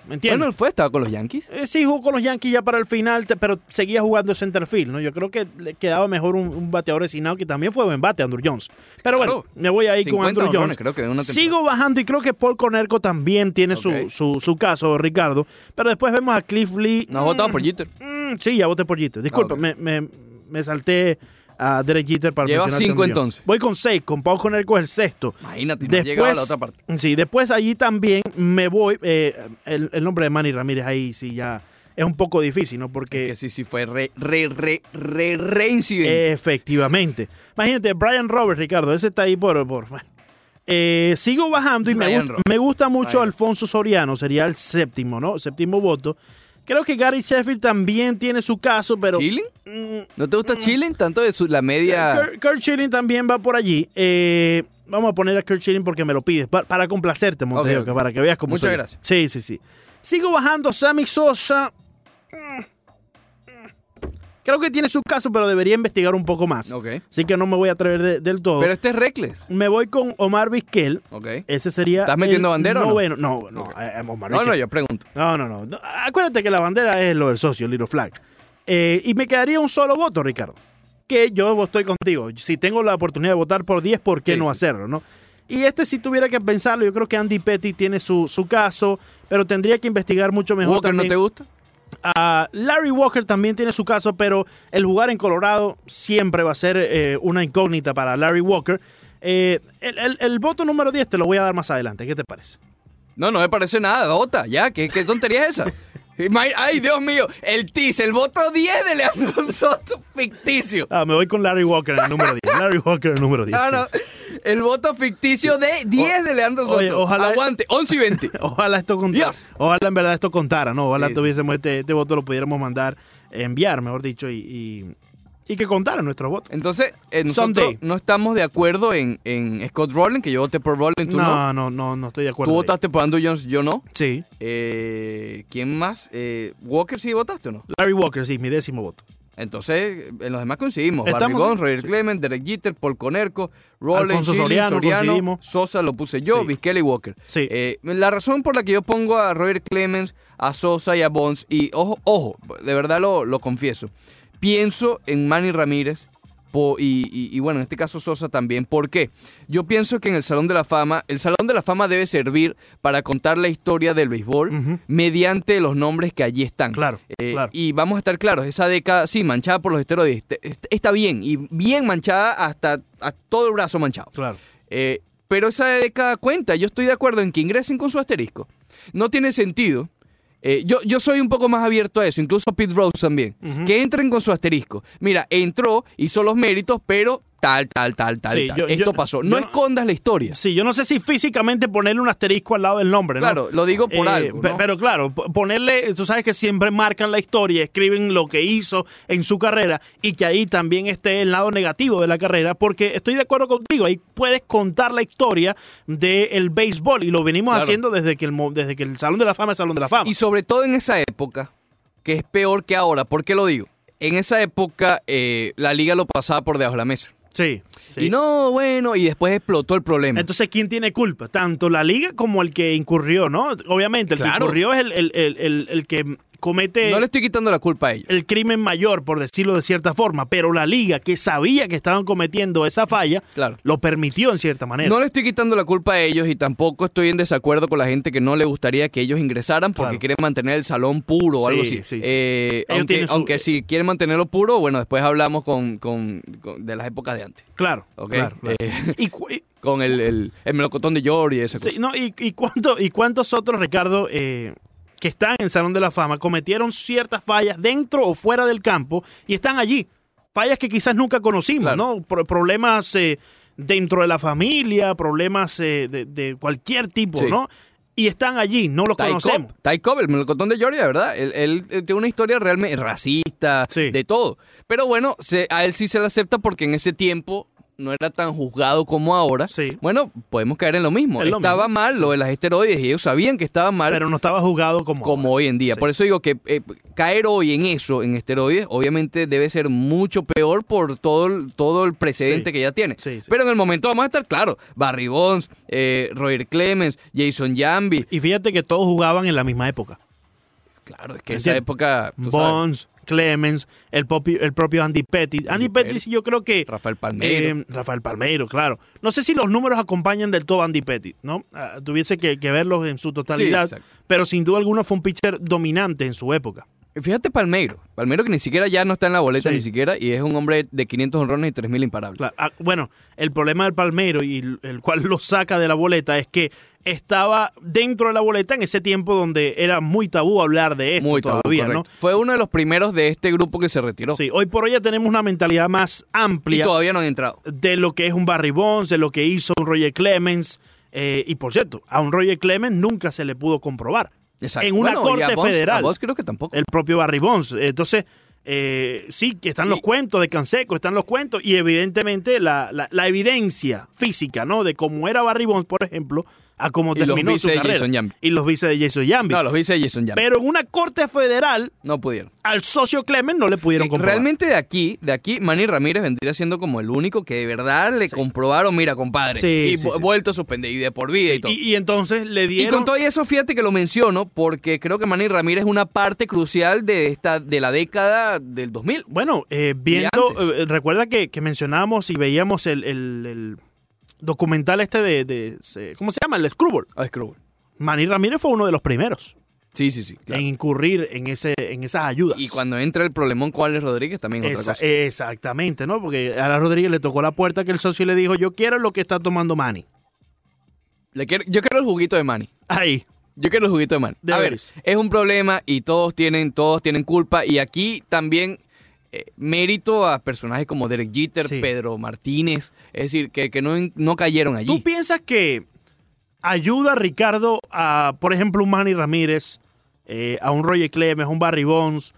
¿Me entiendes?
Bueno, él fue, estaba con los Yankees.
Eh, sí, jugó con los Yankees ya para el final, te- pero seguía jugando centerfield, ¿no? Yo creo que le quedaba mejor un, un bateador designado que también fue buen bate, Andrew Jones. Pero bueno,
Claro.
me voy ahí con
50
Andrew
honrones,
Jones.
creo que de una temporada.
Sigo bajando y creo que Paul Conerco también tiene su-
Ok.
su, su caso, Ricardo. Pero después vemos a Cliff Lee.
No ha votado
Mm,
por Jeter.
mm, sí, ya voté por Jeter.
Ah,
Disculpa,
ok.
me, me- me salté a Derek Jeter para
Lleva
mencionarte a
cinco,
Andrew Jones.
entonces.
Voy con seis, con Paul Conerco es el sexto.
Imagínate, no
Después-
llegaba a la otra parte.
Sí, después allí también me voy. eh, el, el nombre de Manny Ramírez ahí sí ya es un poco difícil, ¿no? Porque
Que sí, sí, fue re, re, re, re, re
eh,
incidente.
efectivamente. Imagínate, Brian Roberts, Ricardo, ese está ahí por. por bueno. Eh, sigo bajando y me
Brian
gusta,
Roberts.
me gusta mucho
Brian.
Alfonso Soriano, sería el séptimo, ¿no? Séptimo voto. Creo que Gary Sheffield también tiene su caso, pero.
¿Chilling?
Mm,
¿No te gusta Chilling? Tanto de su- la media.
Kurt, Kurt Schilling también va por allí. Eh, vamos a poner a Kurt Schilling porque me lo pides. pa- para complacerte, Montejo,
Ok,
que
ok.
para que veas cómo
Muchas
soy.
gracias.
Sí, sí, sí. Sigo bajando. Sammy Sosa. Mm, Creo que tiene su caso, pero debería investigar un poco más.
Ok.
Así que no me voy a atrever de- del todo.
Pero este es Reckless.
Me voy con Omar Vizquel.
Ok.
Ese sería.
¿Estás metiendo
el
bandera o no?
noveno. No, no,
Ok.
eh, Omar
No,
Vizquel.
no, yo pregunto.
No, no, no. No, Acuérdate que la bandera es lo del socio, Little Flag. Eh, y me quedaría un solo voto, Ricardo. Que yo estoy contigo. Si tengo la oportunidad de votar por 10, ¿por qué
Sí,
no
sí.
hacerlo? ¿no? Y este, si tuviera que pensarlo, yo creo que Andy Petty tiene su, su caso, pero tendría que investigar mucho mejor.
¿Walker no
también.
te gusta?
Ah, Larry Walker también tiene su caso, pero el jugar en Colorado siempre va a ser eh, una incógnita para Larry Walker. Eh, el, el- el voto número 10 te lo voy a dar más adelante. ¿Qué te parece?
No, no me parece nada, Dota, ya, ¿qué, qué tontería es esa? Ima- Ay, Dios mío, el TIS, el voto 10 de Leandro Soto, ficticio.
Ah, me voy con Larry Walker en el número 10. Larry Walker en el número 10.
No, Ah, no,
sí,
el voto ficticio de 10 de Leandro Soto.
Oye, ojalá-
Aguante, 11 y 20.
Ojalá esto contara.
Yes.
Ojalá en verdad esto contara, ¿no? Ojalá
Sí, sí.
tuviésemos este, este voto, lo pudiéramos mandar, enviar, mejor dicho, y, y, y que contara nuestro voto.
Entonces, eh, nosotros
Someday.
no estamos de acuerdo en, en Scott Rowland, que yo voté por Rowland, tú no.
No, no, no, no estoy de
Tú
acuerdo. ahí.
votaste por Andrew Jones, yo no.
Sí.
Eh, ¿Quién más? Eh, ¿Walker sí votaste o no?
Larry Walker, sí, mi décimo voto.
Entonces, en los demás coincidimos. Barry
Estamos-
Bonds, Roger Clemens, Derek Jeter, Paul Conerco, Rollins,
Alfonso
Schilling,
Soriano,
Soriano,
coincidimos.
Sosa lo puse yo,
Sí.
Vizquel y Walker.
Sí.
Eh, la razón por la que yo pongo a Roger Clemens, a Sosa y a Bonds, y ojo, ojo, de verdad lo, lo confieso, pienso en Manny Ramírez po- y, y- y bueno, en este caso Sosa también. ¿Por qué? Yo pienso que en el Salón de la Fama, el Salón de la Fama debe servir para contar la historia del béisbol
Ujú.
mediante los nombres que allí están.
Claro,
Eh,
claro.
Y vamos a estar claros, esa década, sí, manchada por los esteroides, te- est- está bien, y bien manchada hasta a todo el brazo manchado.
Claro.
Eh, pero esa década cuenta, yo estoy de acuerdo en que ingresen con su asterisco. No tiene sentido. Eh, yo, yo soy un poco más abierto a eso, incluso Pete Rose también.
Ujú.
Que entren con su asterisco. Mira, entró, hizo los méritos, pero tal, tal, tal, tal.
Sí,
tal.
yo- yo
Esto
no-
pasó.
yo
No
no-
escondas la historia.
Sí, yo no sé si físicamente ponerle un asterisco al lado del nombre, ¿no?
Claro, lo digo por
Eh,
algo.
pe-
¿no?
Pero claro, po- ponerle, tú sabes que siempre marcan la historia, escriben lo que hizo en su carrera y que ahí también esté el lado negativo de la carrera, porque estoy de acuerdo contigo, ahí puedes contar la historia del béisbol y lo venimos
Claro.
haciendo desde que, el, mo- desde que el Salón de la Fama es Salón de la Fama.
Y sobre todo en esa época, que es peor que ahora. ¿Por qué lo digo? En esa época, eh, la liga lo pasaba por debajo de la mesa.
sí, sí.
Y no, bueno, y después explotó el problema.
Entonces, ¿quién tiene culpa? Tanto la liga como el que incurrió, ¿no? Obviamente, el que
Claro.
incurrió es el, el- el- el- el que comete...
no le estoy quitando la culpa a ellos.
el crimen mayor, por decirlo de cierta forma, pero la liga que sabía que estaban cometiendo esa falla,
Claro.
lo permitió en cierta manera.
No le estoy quitando la culpa a ellos y tampoco estoy en desacuerdo con la gente que no le gustaría que ellos ingresaran porque
Claro.
quieren mantener el salón puro o
Sí,
algo así.
sí, sí.
Eh,
Ellos
aunque
tienen su-
aunque si quieren mantenerlo puro, bueno, después hablamos con, con- con- de las épocas de antes.
Claro,
Ok, eh,
claro, claro. ¿Y, cu- y-
Con el, el, el melocotón de George y esa cosa.
sí, no, y- y cuánto- y cuántos otros, Ricardo, eh, que están en el Salón de la Fama, cometieron ciertas fallas dentro o fuera del campo y están allí? Fallas que quizás nunca conocimos,
Claro.
¿no? Pro- problemas eh, dentro de la familia, problemas eh, de, de cualquier tipo,
Sí.
¿no? Y están allí, no los
Ty
conocemos.
Cobb, Ty Cobb, el melocotón de Georgia, ¿verdad? Él, él, eh, tiene una historia realmente racista,
Sí.
de todo. Pero bueno, se- a él sí se le acepta porque en ese tiempo no era tan juzgado como ahora.
Sí.
Bueno, podemos caer en lo mismo.
Es lo
estaba
mismo,
mal lo de las esteroides y ellos sabían que estaba mal
Pero no estaba jugado como.
como
ahora.
hoy en día.
Sí.
Por eso digo que eh, caer hoy en eso, en esteroides, obviamente debe ser mucho peor por todo, el- todo el precedente
Sí.
que ya tiene.
Sí, sí.
Pero en el momento vamos a estar claros. Barry Bonds, eh, Roger Clemens, Jason Jambi.
Y fíjate que todos jugaban en la misma época.
Claro, es que esa
Entiendo.
época... tú sabes,
Bonds, Clemens, el, popi- el propio Andy Petty. Andy Petty, sí, yo creo que.
Rafael Palmeiro.
eh, Rafael Palmeiro, claro. No sé si los números acompañan del todo a Andy Petty, ¿no? Ah, tuviese que, que verlos en su totalidad.
Sí, exacto.
pero sin duda alguna fue un pitcher dominante en su época.
Fíjate Palmeiro. Palmeiro que ni siquiera ya no está en la boleta
Sí.
ni siquiera y es un hombre de 500 honrones y 3.000 imparables.
Claro. Ah, bueno, el problema del Palmeiro y l- el cual lo saca de la boleta es que estaba dentro de la boleta en ese tiempo donde era muy tabú hablar de esto
Muy tabú,
todavía,
correcto.
¿no?
Fue uno de los primeros de este grupo que se retiró.
Sí, hoy por hoy ya tenemos una mentalidad más
y
amplia
todavía no han entrado.
de lo que es un Barry Bonds, de lo que hizo un Roger Clemens. eh, y por cierto, a un Roger Clemens nunca se le pudo comprobar
Exacto.
en una
Bueno, y a
corte
Bonds-
federal.
a Bonds creo que tampoco.
el propio Barry Bonds. Entonces, eh, sí, que están los
Y-
cuentos de Canseco, están los cuentos y evidentemente la, la- la evidencia física, ¿no? De cómo era Barry Bonds, por ejemplo, a cómo
Y los
terminó su
vices de
carrera.
Jason Giambi.
Y los vices de Jason Yambi.
No, los vice Jason James.
Pero en una corte federal,
No pudieron.
al socio Clemens no le pudieron
Sí,
comprar.
realmente de aquí, de aquí, Manny Ramírez vendría siendo como el único que de verdad le comprobaron, mira, compadre,
Sí,
y
sí,
vu-
sí.
vuelto a suspender y de por vida y todo.
Y, y entonces le
Y
dieron...
con todo y eso, fíjate que lo menciono porque creo que Manny Ramírez es una parte crucial de esta de la década del 2000.
Bueno, eh,
antes.
viendo, eh, recuerda que, que mencionábamos y veíamos el, el- el documental este de, de- se- ¿cómo se llama? El Screwball.
Ah, Scrooge.
Manny Ramírez fue uno de los primeros
Sí, sí, sí. claro.
en incurrir en, ese, en esas ayudas.
Y cuando entra el problemón con es Rodríguez también es
Esa- eh.
otra cosa.
exactamente, ¿no? Porque a la Rodríguez le tocó la puerta que el socio le dijo, yo quiero lo que está tomando Manny.
Le quiero- yo quiero el juguito de Manny.
Ahí.
Yo quiero el juguito de Manny.
De
a ver,
veras.
es un problema y todos tienen, todos tienen culpa. Y aquí también eh, mérito a personajes como Derek Jeter,
Sí.
Pedro Martínez. Es decir, que, que no, no cayeron allí.
¿Tú piensas que ayuda a Ricardo a, por ejemplo, un Manny Ramírez, eh, a un Roger Clemens, a un Barry Bonds,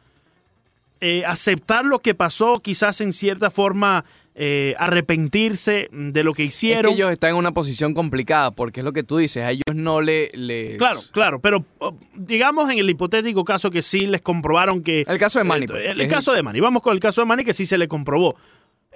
eh, aceptar lo que pasó, quizás en cierta forma eh, arrepentirse de lo que
Es que
hicieron?
ellos están en una posición complicada porque es lo que tú dices. A ellos no le... les-
Claro, claro, pero oh, digamos en el hipotético caso que sí les comprobaron que...
El caso de Manny,
Eh,
pues,
El,
que es-
caso de Manny, vamos con el caso de Manny que sí se le comprobó.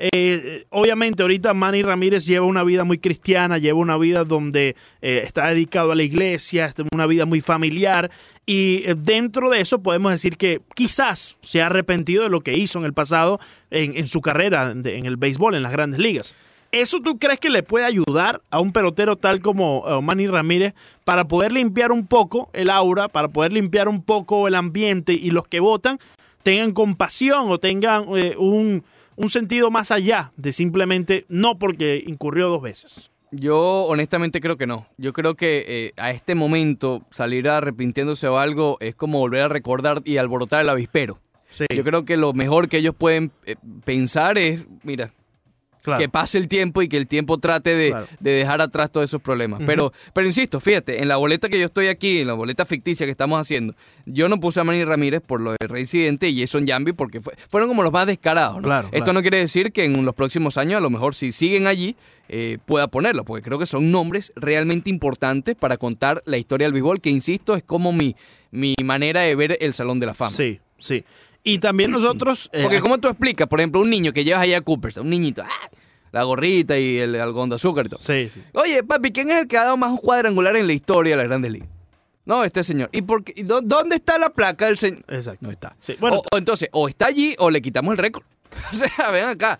Eh, eh, obviamente ahorita Manny Ramírez lleva una vida muy cristiana, lleva una vida donde eh, está dedicado a la iglesia, es una vida muy familiar y eh, dentro de eso podemos decir que quizás se ha arrepentido de lo que hizo en el pasado en, en su carrera de- en el béisbol, en las grandes ligas. ¿Eso tú crees que le puede ayudar a un pelotero tal como eh, Manny Ramírez para poder limpiar un poco el aura, para poder limpiar un poco el ambiente y los que votan tengan compasión o tengan eh, un, un sentido más allá de simplemente no porque incurrió dos veces?
Yo honestamente creo que no. Yo creo que eh, a este momento salir arrepintiéndose o algo es como volver a recordar y alborotar el avispero.
Sí,
Yo creo que lo mejor que ellos pueden eh, pensar es, mira,
claro.
que pase el tiempo y que el tiempo trate de,
Claro.
de dejar atrás todos esos problemas. pero, pero insisto, fíjate, en la boleta que yo estoy aquí, en la boleta ficticia que estamos haciendo, yo no puse a Manny Ramírez por lo de Residente y Jason Yambi porque fue- fueron como los más descarados. ¿no?
Claro,
Esto
claro.
no quiere decir que en los próximos años, a lo mejor si siguen allí, eh, pueda ponerlo, porque creo que son nombres realmente importantes para contar la historia del béisbol, que insisto, es como mi, mi manera de ver el Salón de la Fama.
Sí, sí. Y también nosotros... eh,
Porque como tú explicas, por ejemplo, un niño que llevas allá a Cooperstown, un niñito, ¡ah! la gorrita y el algodón de azúcar y todo.
Sí, sí.
Oye, papi, ¿quién es el que ha dado más cuadrangulares en la historia de las grandes ligas? No, este señor. ¿Y por qué? ¿Y dó- dónde está la placa del señor?
Exacto.
No está.
Sí, bueno,
o, o entonces, o está allí o le quitamos el récord. O sea, ven acá.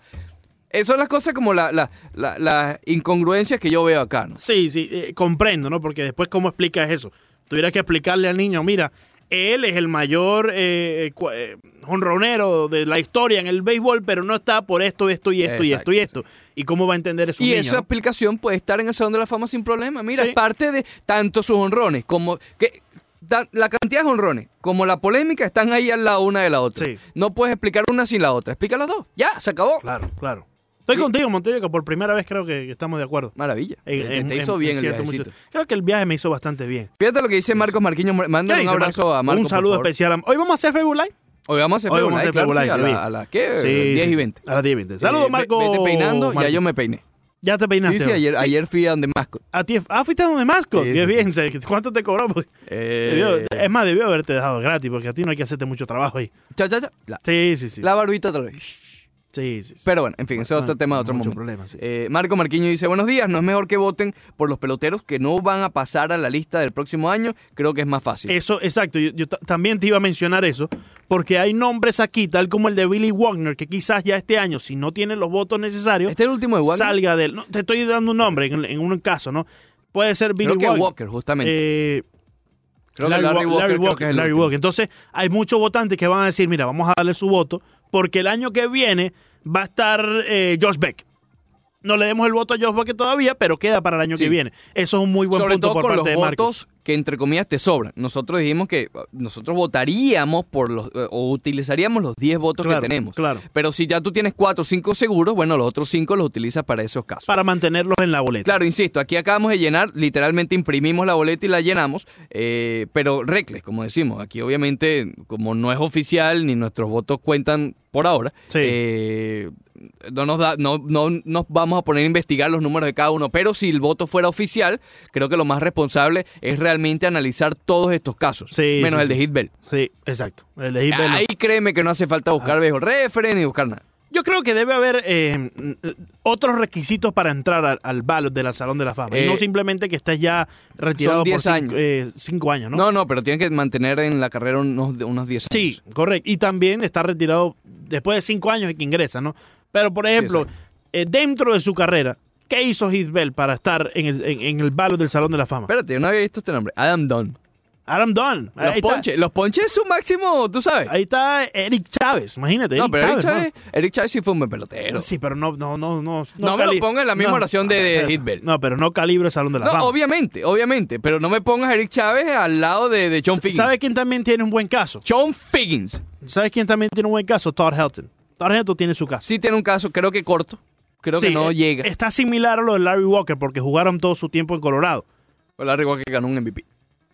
Esas son las cosas como la- la- la- las incongruencias que yo veo acá, ¿no?
Sí, sí, eh, comprendo, ¿no? Porque después, ¿cómo explicas eso? Tuvieras que explicarle al niño, mira, él es el mayor eh, cua- eh, jonronero de la historia en el béisbol, pero no está por esto, esto y esto y
Exacto,
esto y esto. ¿Y cómo va a entender eso un
Y
niño?
esa
no?
aplicación puede estar en el Salón de la Fama sin problema. Mira,
Sí.
es parte de tanto sus honrones como... Que, ta- la cantidad de honrones, como la polémica, están ahí al lado una de la otra.
Sí.
No puedes explicar una sin la otra. Explica las dos. Ya, se acabó.
Claro, claro. Estoy contigo, Montedio, que por primera vez creo que, que estamos de acuerdo.
Maravilla.
En-
te,
en-
te
en-
hizo bien
en
el
cierto, mucho-
viajecito.
Creo que el viaje me hizo bastante bien.
Fíjate lo que dice Marcos Marquiño. Manda
¿Qué
un
dice,
abrazo
Marco?
a Marcos.
Un saludo
por favor.
especial. a- Hoy vamos a hacer Febulay.
Hoy vamos a hacer
Hoy vamos
Febulai,
a hacer
claro,
Febulai,
sí, a,
bien.
la, a las, ¿qué?
Sí, sí,
10
sí.
y 20.
A las 10 y 20. Saludos,
Eh, ve-
Marco.
Vete peinando, ya
Marco.
yo me peiné.
Ya te peinaste.
Sí, sí, ayer,
¿no?
ayer fui a donde Mascot.
A ti, ah, fuiste a donde Mascot.
Sí,
Qué
sí,
bien. se- ¿Cuánto te cobró? Porque debió-
Eh,
es más, debió haberte dejado gratis, porque a ti no hay que hacerte mucho trabajo ahí.
cha, cha, cha. La,
Sí, sí, sí.
la barbita otra vez.
Sí, sí, sí.
Pero bueno, en fin, ese es otro
Pues, Bueno,
tema de otro
mucho
momento.
problema, sí.
Eh, Marco Marquiño dice, buenos días, no es mejor que voten por los peloteros que no van a pasar a la lista del próximo año, creo que es más fácil.
Eso, exacto. Yo, yo ta- también te iba a mencionar eso, porque hay nombres aquí, tal como el de Billy Wagner, que quizás ya este año, si no tienen los votos necesarios,
este es el último de Wagner,
salga del. no, te estoy dando un nombre en, en un caso, ¿no? Puede ser Billy
creo que
Wagner.
Walker, justamente.
eh,
creo que
Larry,
Larry
Wa-
Walker,
Larry
creo
Walker,
que es el
Larry
último.
Walker. Entonces, hay muchos votantes que van a decir, mira, vamos a darle su voto, porque el año que viene va a estar eh, Josh Beck. no le demos el voto a Josh Bucket todavía, pero queda para el año
Sí.
que viene. Eso es un muy buen
Sobre
punto
todo
por
con los
parte de Marcos.
votos que entre comillas te sobran. Nosotros dijimos que uh, nosotros votaríamos por los eh, o utilizaríamos los 10 votos
Claro,
que tenemos.
claro.
Pero si ya tú tienes 4 o 5 seguros, bueno, los otros 5 los utilizas para esos casos.
Para mantenerlos en la boleta.
Claro, insisto, aquí acabamos de llenar, literalmente imprimimos la boleta y la llenamos, eh, pero recles, como decimos, aquí obviamente, como no es oficial, ni nuestros votos cuentan por ahora,
Sí.
eh, no, nos da, no, no nos vamos a poner a investigar los números de cada uno, pero si el voto fuera oficial, creo que lo más responsable es realmente analizar todos estos casos,
Sí,
menos
sí,
el de
sí.
Hitbell.
Sí, exacto. Elegí verlo.
Ahí créeme que no hace falta buscar
Ah.
baseball reference ni buscar nada.
Yo creo que debe haber eh, otros requisitos para entrar al, al ballot de la Salón de la Fama. y
Eh,
no simplemente que estés ya retirado
son
por
10
cinco
años.
eh, cinco años, ¿no?
¿no? no, pero tienen que mantener en la carrera unos unos 10 años.
Sí, correcto. Y también está retirado después de cinco años de que ingresa, ¿no? Pero, por ejemplo, eh, dentro de su carrera, ¿qué hizo Heath Bell para estar en el, en, en el ballot del Salón de la Fama?
Espérate, yo no había visto este nombre. Adam Dunn.
Adam Dunn.
Los
ahí,
ponches. Los ponches es su máximo, tú sabes.
Está, ahí está Eric Chávez, imagínate.
no,
Eric
pero Eric
Chávez, ¿no?
Chávez, Eric Chávez sí fue un buen pelotero.
Sí, pero no, no, no, no.
No me lo
cali-
ponga en la misma oración de- de Heath Bell.
No, pero no calibre el Salón de la
no,
Fama.
obviamente, obviamente. Pero no me pongas a Eric Chávez al lado de, de John Figgins.
¿Sabes quién también tiene un buen caso?
John Figgins
¿Sabes quién también tiene un buen caso? Todd Helton. Todd Helton tiene su caso.
sí tiene un caso, creo que corto. Creo que
Sí,
no
eh,
llega.
Está similar a lo de Larry Walker porque jugaron todo su tiempo en Colorado.
Larry Walker ganó un MVP.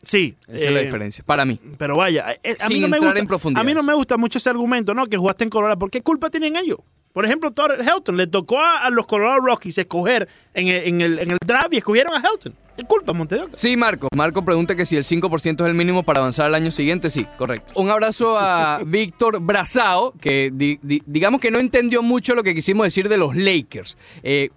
Sí.
Esa es la
eh,
diferencia, para mí.
Pero vaya, eh, eh, a mí,
Sin
no me
entrar
gusta,
en profundidad.
a mí no me gusta mucho ese argumento, ¿no? Que jugaste en Colorado. ¿Por qué culpa tienen ellos? Por ejemplo, Todd Helton. Le tocó a, a los Colorado Rockies escoger en el, en el- en el draft y escogieron a Helton. ¿Qué culpa, Montedioca?
Sí, Marco. Marco pregunta que si el 5% es el mínimo para avanzar al año siguiente. Sí, correcto. Un abrazo a Víctor Brazao, que di- di- digamos que no entendió mucho lo que quisimos decir de los Lakers. Eh,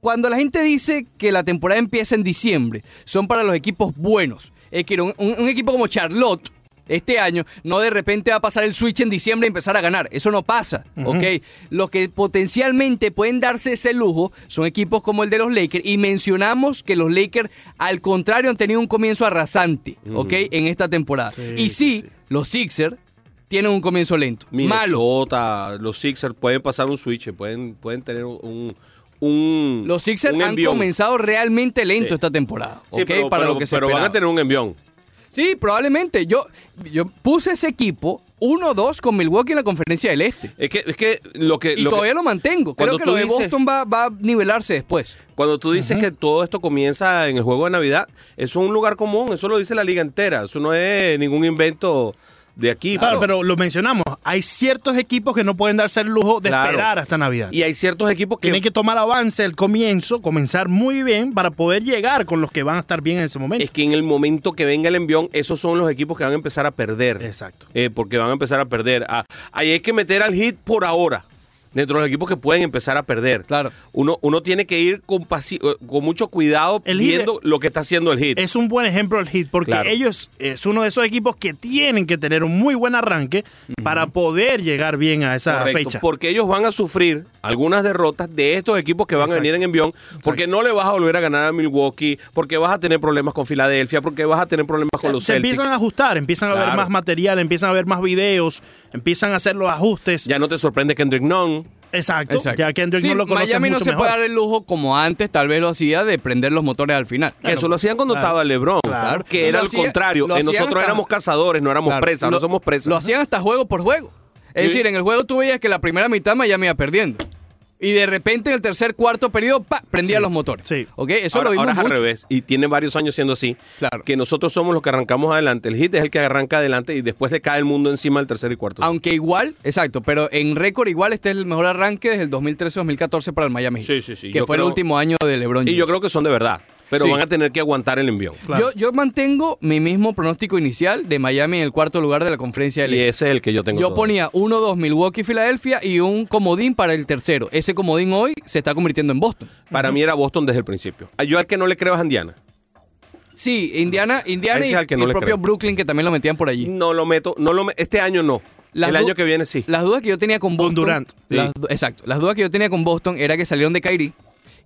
cuando la gente dice que la temporada empieza en diciembre, son para los equipos buenos. Es que un, un- un equipo como Charlotte este año no de repente va a pasar el switch en diciembre y empezar a ganar. Eso no pasa, ¿ok? Los que potencialmente pueden darse ese lujo son equipos como el de los Lakers y mencionamos que los Lakers, al contrario, han tenido un comienzo arrasante, ¿ok? En esta temporada. y sí, los Sixers tienen un comienzo lento, malo.
Minnesota, los Sixers pueden pasar un switch, pueden, pueden tener un, un
Los Sixers
un
han
envión.
comenzado realmente lento
Sí.
esta temporada,
Sí,
¿ok?
pero,
Para
pero-
lo que se
pero van
esperaba.
a tener un envión.
Sí, probablemente. Yo, yo puse ese equipo 1-2 con Milwaukee en la conferencia del Este.
Es que, es que lo que,
Y
Eh, lo que-
todavía lo mantengo. Creo
cuando
que
tú
lo de
dices-
Boston va, va a nivelarse después.
cuando tú dices que todo esto comienza en el juego de Navidad, eso es un lugar común, eso lo dice la liga entera, eso no es ningún invento de aquí.
Claro, pero lo mencionamos. Hay ciertos equipos que no pueden darse el lujo de
Claro.
esperar hasta Navidad.
Y hay ciertos equipos que,
Tienen que tomar avance el comienzo, comenzar muy bien para poder llegar con los que van a estar bien en ese momento.
es que en el momento que venga el envión, esos son los equipos que van a empezar a perder.
Exacto.
Eh, porque van a empezar a perder. Ah, ahí hay que meter al hit por ahora. Dentro de los equipos que pueden empezar a perder.
Claro.
Uno, uno tiene que ir con, paci- eh, con mucho cuidado
El Heat
viendo lo que está haciendo el hit.
Es un buen ejemplo el Heat porque
Claro.
ellos es uno de esos equipos que tienen que tener un muy buen arranque para poder llegar bien a esa
Correcto,
fecha.
Porque ellos van a sufrir algunas derrotas de estos equipos que van
Exacto.
a venir en envión, porque no le vas a volver a ganar a Milwaukee, porque vas a tener problemas con Filadelfia, porque vas a tener problemas con los
se
Celtics.
empiezan a ajustar, empiezan a ver
Claro.
más material, empiezan a ver más videos, empiezan a hacer los ajustes.
Ya no te sorprende Kendrick Nunn.
Exacto, Ya Kendrick
Sí,
no lo conoce
Miami no
mucho
se
mejor.
puede dar el lujo como antes, tal vez lo hacía, de prender los motores al final.
Que eso lo hacían cuando
Claro.
estaba LeBron,
Claro.
que era
Lo
al
hacía-
contrario.
lo
Eh,
hacían
Nosotros
hasta-
éramos cazadores, no éramos
Claro,
presas,
lo-
no somos presas.
Lo hacían hasta juego por juego. Es
Sí.
decir, en el juego tú veías que la primera mitad Miami iba perdiendo. Y de repente en el tercer, cuarto periodo, ¡pa! prendía los motores.
sí.
¿Ok? Eso
ahora,
lo vimos
ahora es al
mucho.
revés y tiene varios años siendo así.
Claro.
Que nosotros somos los que arrancamos adelante. El hit es el que arranca adelante y después le cae el mundo encima al tercer y cuarto.
Aunque igual, exacto, pero en récord igual este es el mejor arranque desde el 2013-2014 para el Miami Heat.
Sí, sí, sí,
Que
yo
fue el
creo-
último año de LeBron
y
James.
yo creo que son de verdad, pero
Sí.
van a tener que aguantar el envión.
Claro.
Yo, yo mantengo mi mismo pronóstico inicial de Miami en el cuarto lugar de la conferencia del
Y
Este.
ese es el que yo tengo.
Yo
todavía.
ponía 1-2 Milwaukee, Filadelfia y un comodín para el tercero. Ese comodín hoy se está convirtiendo en Boston.
Para mí era Boston desde el principio. Ah, Yo al que no le creo es a Indiana.
Sí, Indiana, Indiana
Ese
y,
es al que no
y el
le
propio
creo.
Brooklyn que también lo metían por allí.
No lo meto, no lo me- este año no.
Las
el
du-
año que viene sí.
Las dudas que yo tenía con
Con
Boston.
Durant, sí.
las du- exacto. Las dudas que yo tenía con Boston era que salieron de Kyrie.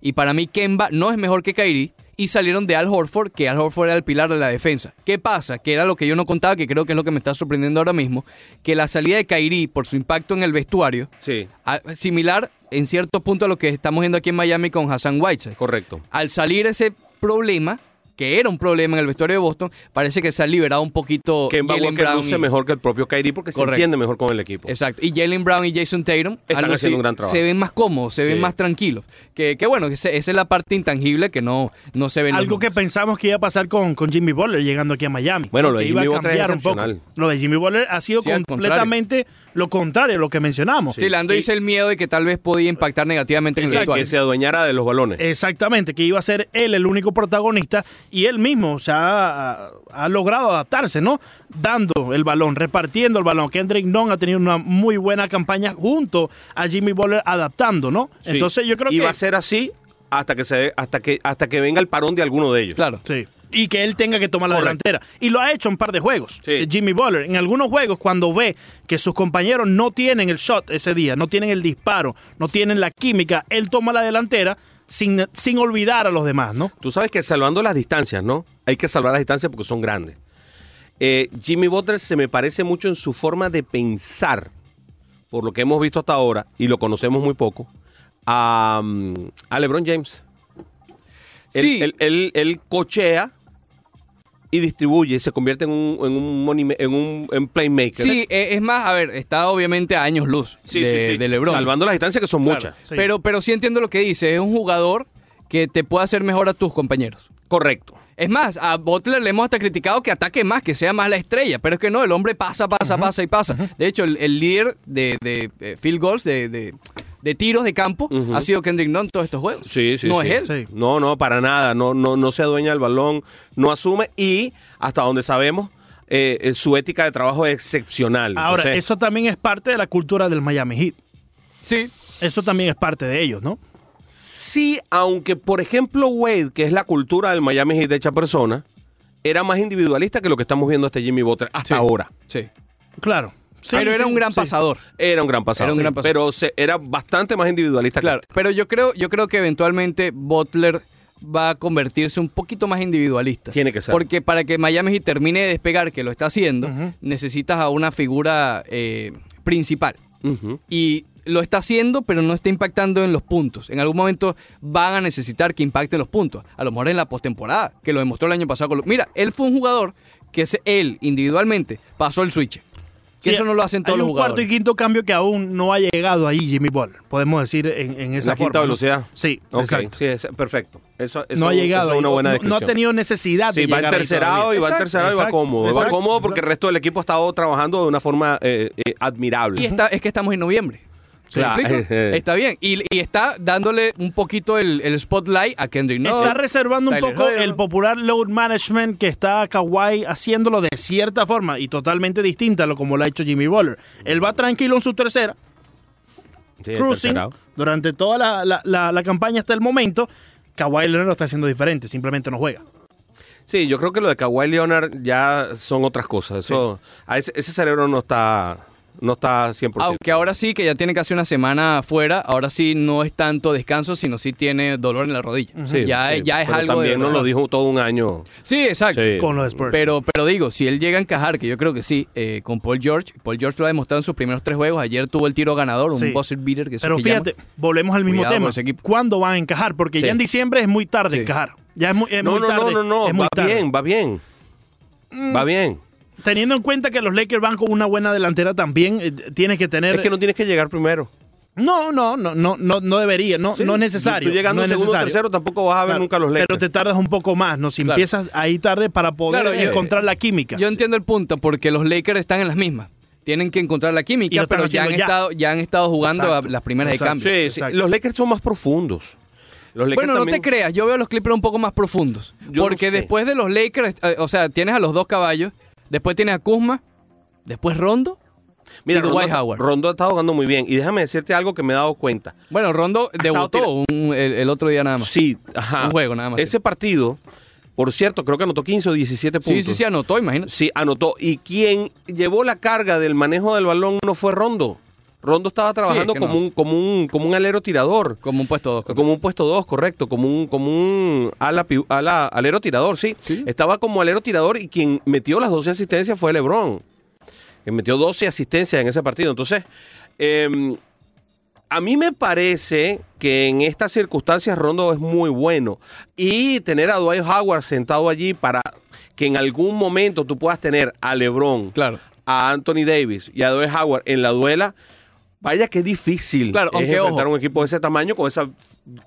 Y para mí, Kemba no es mejor que Kyrie. Y salieron de Al Horford, que Al Horford era el pilar de la defensa. ¿Qué pasa? Que era lo que yo no contaba, que creo que es lo que me está sorprendiendo ahora mismo. Que la salida de Kyrie por su impacto en el vestuario,
Sí.
a- similar en cierto punto a lo que estamos viendo aquí en Miami con Hassan Whiteside.
Correcto.
Al salir ese problema, que era un problema en el vestuario de Boston, parece que se ha liberado un poquito
Kemba
Jalen
Walker
Brown.
luce
y-
mejor que el propio Kyrie porque
Correcto.
se entiende mejor con el equipo.
Exacto. Y Jalen Brown y Jason Tatum
Están
algo
haciendo un gran trabajo.
se ven más cómodos, se ven
Sí.
más tranquilos. Que, que bueno, que ese- esa es la parte intangible que no, no se ve. en los
Algo que pensamos que iba a pasar con, con Jimmy Butler llegando aquí a Miami.
Bueno, lo de
que iba a
Jimmy Butler es
cambiar un poco.
excepcional.
Lo de Jimmy Butler ha sido
Sí, al contrario.
completamente lo contrario a lo que mencionamos.
Sí, Lando
Y-
dice el miedo de que tal vez podía impactar negativamente en el
Que-
ritual.
que se adueñara de los
Eh,
balones.
Exactamente, que iba a ser él el único protagonista y él mismo o sea, ha, ha logrado adaptarse, ¿no? Dando el balón, repartiendo el balón. Kendrick Nunn ha tenido una muy buena campaña junto a Jimmy Butler adaptando, ¿no?
Sí.
Entonces yo creo
y
que...
va a ser así hasta que se hasta que hasta que venga el parón de alguno de ellos.
Claro.
Sí. Y que él tenga que tomar la
Correcto.
delantera. Y lo ha hecho en un par de juegos.
Sí.
eh, Jimmy Butler. En algunos juegos, cuando ve que sus compañeros no tienen el shot ese día, no tienen el disparo, no tienen la química, él toma la delantera sin, sin olvidar a los demás, ¿no?
Tú sabes que salvando las distancias, ¿no? Hay que salvar las distancias porque son grandes. Eh, Jimmy Butler se me parece mucho en su forma de pensar, por lo que hemos visto hasta ahora y lo conocemos muy poco, a, mm, a LeBron James. Él,
Sí.
él- él- él cochea y distribuye, se convierte en un, en un, monime- en un en playmaker.
Sí, eh, es más, a ver, está obviamente a años luz
Sí,
de,
sí, sí.
de LeBron.
Salvando las distancias que son muchas.
Sí.
Pero, pero sí entiendo lo que dice. Es un jugador que te puede hacer mejor a tus compañeros.
Correcto.
Es más, a Butler le hemos hasta criticado que ataque más, que sea más la estrella, pero es que no, el hombre pasa, pasa, pasa y pasa. De hecho, el, el líder de, de, eh, field goals, de, de- de tiros de campo,
Ujú.
ha sido Kendrick Nunn todos estos juegos.
Sí, sí,
No
sí.
es él.
Sí.
No, no, para nada. No, no, no se adueña del balón, no asume y hasta donde sabemos, eh, eh, su ética de trabajo es excepcional.
Ahora,
Entonces,
eso también es parte de la cultura del Miami Heat.
Sí,
Eso también es parte de ellos, ¿no?
Sí, aunque por ejemplo Wade, que es la cultura del Miami Heat de hecha persona, era más individualista que lo que estamos viendo hasta Jimmy Butler hasta
Sí.
ahora.
sí.
Claro. Sí,
pero era
sí,
un gran
sí.
pasador.
Era un gran pasado,
Era un gran pasado.
pero se- era bastante más individualista.
Claro,
Que,
pero yo creo, yo creo que eventualmente Butler va a convertirse un poquito más individualista.
Tiene que ser.
Porque para que Miami Heat termine de despegar, que lo está haciendo, necesitas a una figura eh, principal.
Ujú.
Y lo está haciendo, pero no está impactando en los puntos. En algún momento van a necesitar que impacten los puntos. A lo mejor en la postemporada, que lo demostró el año pasado. con lo- Mira, él fue un jugador que se- él individualmente pasó el switch. Que
Sí,
eso no lo hacen todos
hay
los
un cuarto
jugadores.
y quinto cambio que aún no ha llegado ahí Jimmy Butler, podemos decir en, en esa
la quinta
forma, ¿no?
velocidad.
Sí,
Ok,
exacto.
sí, es- perfecto. Eso, eso-
no ha llegado.
eso es una
ahí.
buena
No- no,
descripción.
ha tenido necesidad
Sí,
de
va
llegar ahí
tercerado
todavía.
y va
Exacto,
tercerado y va
exacto,
cómodo. va
exacto,
cómodo porque el
exacto.
resto del equipo ha estado trabajando de una forma eh, eh, admirable. eh,
Y está, es que estamos en noviembre. ¿Se
Claro.
explico? Está bien. Y, y está dándole un poquito el, el spotlight a Kendrick Nunn.
Está reservando un
Tyler
poco
Herro.
el popular load management que está Kawhi haciéndolo de cierta forma y totalmente distinta a lo como lo ha hecho Jimmy Butler. Él va tranquilo en su tercera,
Sí,
cruising
tercerado.
durante toda la, la- la- la campaña hasta el momento. Kawhi Leonard lo está haciendo diferente, simplemente no juega.
Sí, yo creo que lo de Kawhi Leonard ya son otras cosas. Eso, a ese, ese cerebro no está, no está 100%.
Aunque ahora sí, que ya tiene casi una semana afuera, ahora sí no es tanto descanso, sino sí tiene dolor en la rodilla.
Sí,
ya,
sí,
ya es
pero
algo de
También nos
verdad.
lo dijo todo un año.
Sí, exacto.
Sí.
Con los Spurs.
Pero, pero digo, si él llega a encajar, que yo creo que sí, eh, con Paul George, Paul George lo ha demostrado en sus primeros tres juegos. Ayer tuvo el tiro ganador, un
Sí.
buzzer beater que se
Pero fíjate, volvemos al mismo
Cuidado con
tema.
ese equipo.
¿Cuándo van a encajar? Porque
Sí.
ya en diciembre es muy tarde
Sí.
encajar. Ya es muy, es
No,
muy
no,
tarde.
no, no, no,
es muy
va
tarde. Mm.
bien, va bien. Va bien.
Teniendo en cuenta que los Lakers van con una buena delantera también, eh, tienes que tener.
Es que no tienes que llegar primero.
No, no, no, no, no, no debería, no,
Sí,
no es necesario.
Tú llegando
no es
segundo o
necesario.
tercero tampoco vas a ver
Claro,
nunca los
Pero
Lakers.
te tardas un poco más, ¿no? Si
Claro.
empiezas ahí tarde para poder
Claro, yo-
encontrar la química.
Yo entiendo el punto, porque los Lakers están en las mismas. Tienen que encontrar la
Y lo
química,
están
pero ya han,
haciendo ya.
Estado, ya han estado jugando a
Exacto,
las primeras
exacto.
de
Sí,
cambio.
sí,
Exacto.
los Lakers son más profundos. Los Lakers
Bueno,
también-
no te creas, yo veo los Clippers un poco más profundos.
Yo no
porque
sé.
después de los Lakers, eh, o sea, tienes a los dos caballos, después tienes a Kuzma, después Rondo.
Mira,
Digo,
Rondo,
Dwight Howard.
Rondo ha estado jugando muy bien. Y déjame decirte algo que me he dado cuenta.
Bueno, Rondo debutó
tira-
un- el, el otro día nada más.
Sí, ajá.
Un juego nada más.
Ese partido, por cierto, creo que anotó 15 o 17 puntos.
sí, sí, sí, anotó, imagínate.
Sí, anotó. Y quien llevó la carga del manejo del balón no fue Rondo. Rondo estaba trabajando
que
como,
no.
un, como, un, como un alero tirador.
Como un puesto dos.
Como un puesto 2, correcto, como un, como un ala, pi- ala- alero tirador, sí.
Sí.
Estaba como alero tirador y quien metió las 12 asistencias fue Lebron, que metió 12 asistencias en ese partido. Entonces, eh, A mí me parece que en estas circunstancias Rondo es muy bueno. Y tener a Dwight Howard sentado allí para que en algún momento tú puedas tener a LeBron,
Claro.
a Anthony Davis y a Dwight Howard en la duela, vaya que difícil
Claro,
es
aunque,
enfrentar
ojo.
un equipo de ese tamaño con esa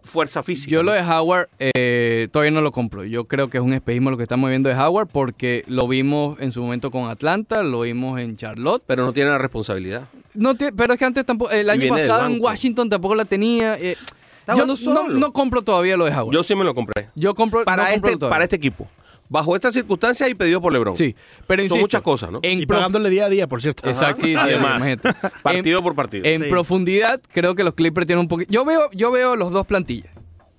fuerza física.
Yo lo de Howard eh, todavía no lo compro. Yo creo que es un espejismo lo que estamos viendo de Howard porque lo vimos en su momento con Atlanta, lo vimos en Charlotte.
Pero no tiene la responsabilidad.
No tie- pero es que antes tampoco, el año
viene del
pasado en
banco.
Washington tampoco la tenía. eh. yo
jugando
no,
solo.
no compro todavía lo de Howard. Yo,
Yo sí me lo compré.
compro
Para,
no compro
este,
todavía.
para este equipo. Bajo estas circunstancias y pedido por LeBron.
Sí, pero
Son
insisto,
muchas cosas, ¿no?
En
Y
prof-
pagándole día a día, por cierto.
Exacto, sí,
Además.
imagínate. En-
Partido por partido.
En
Sí.
profundidad, creo que los Clippers tienen un poquito. Yo veo, yo veo los dos plantillas,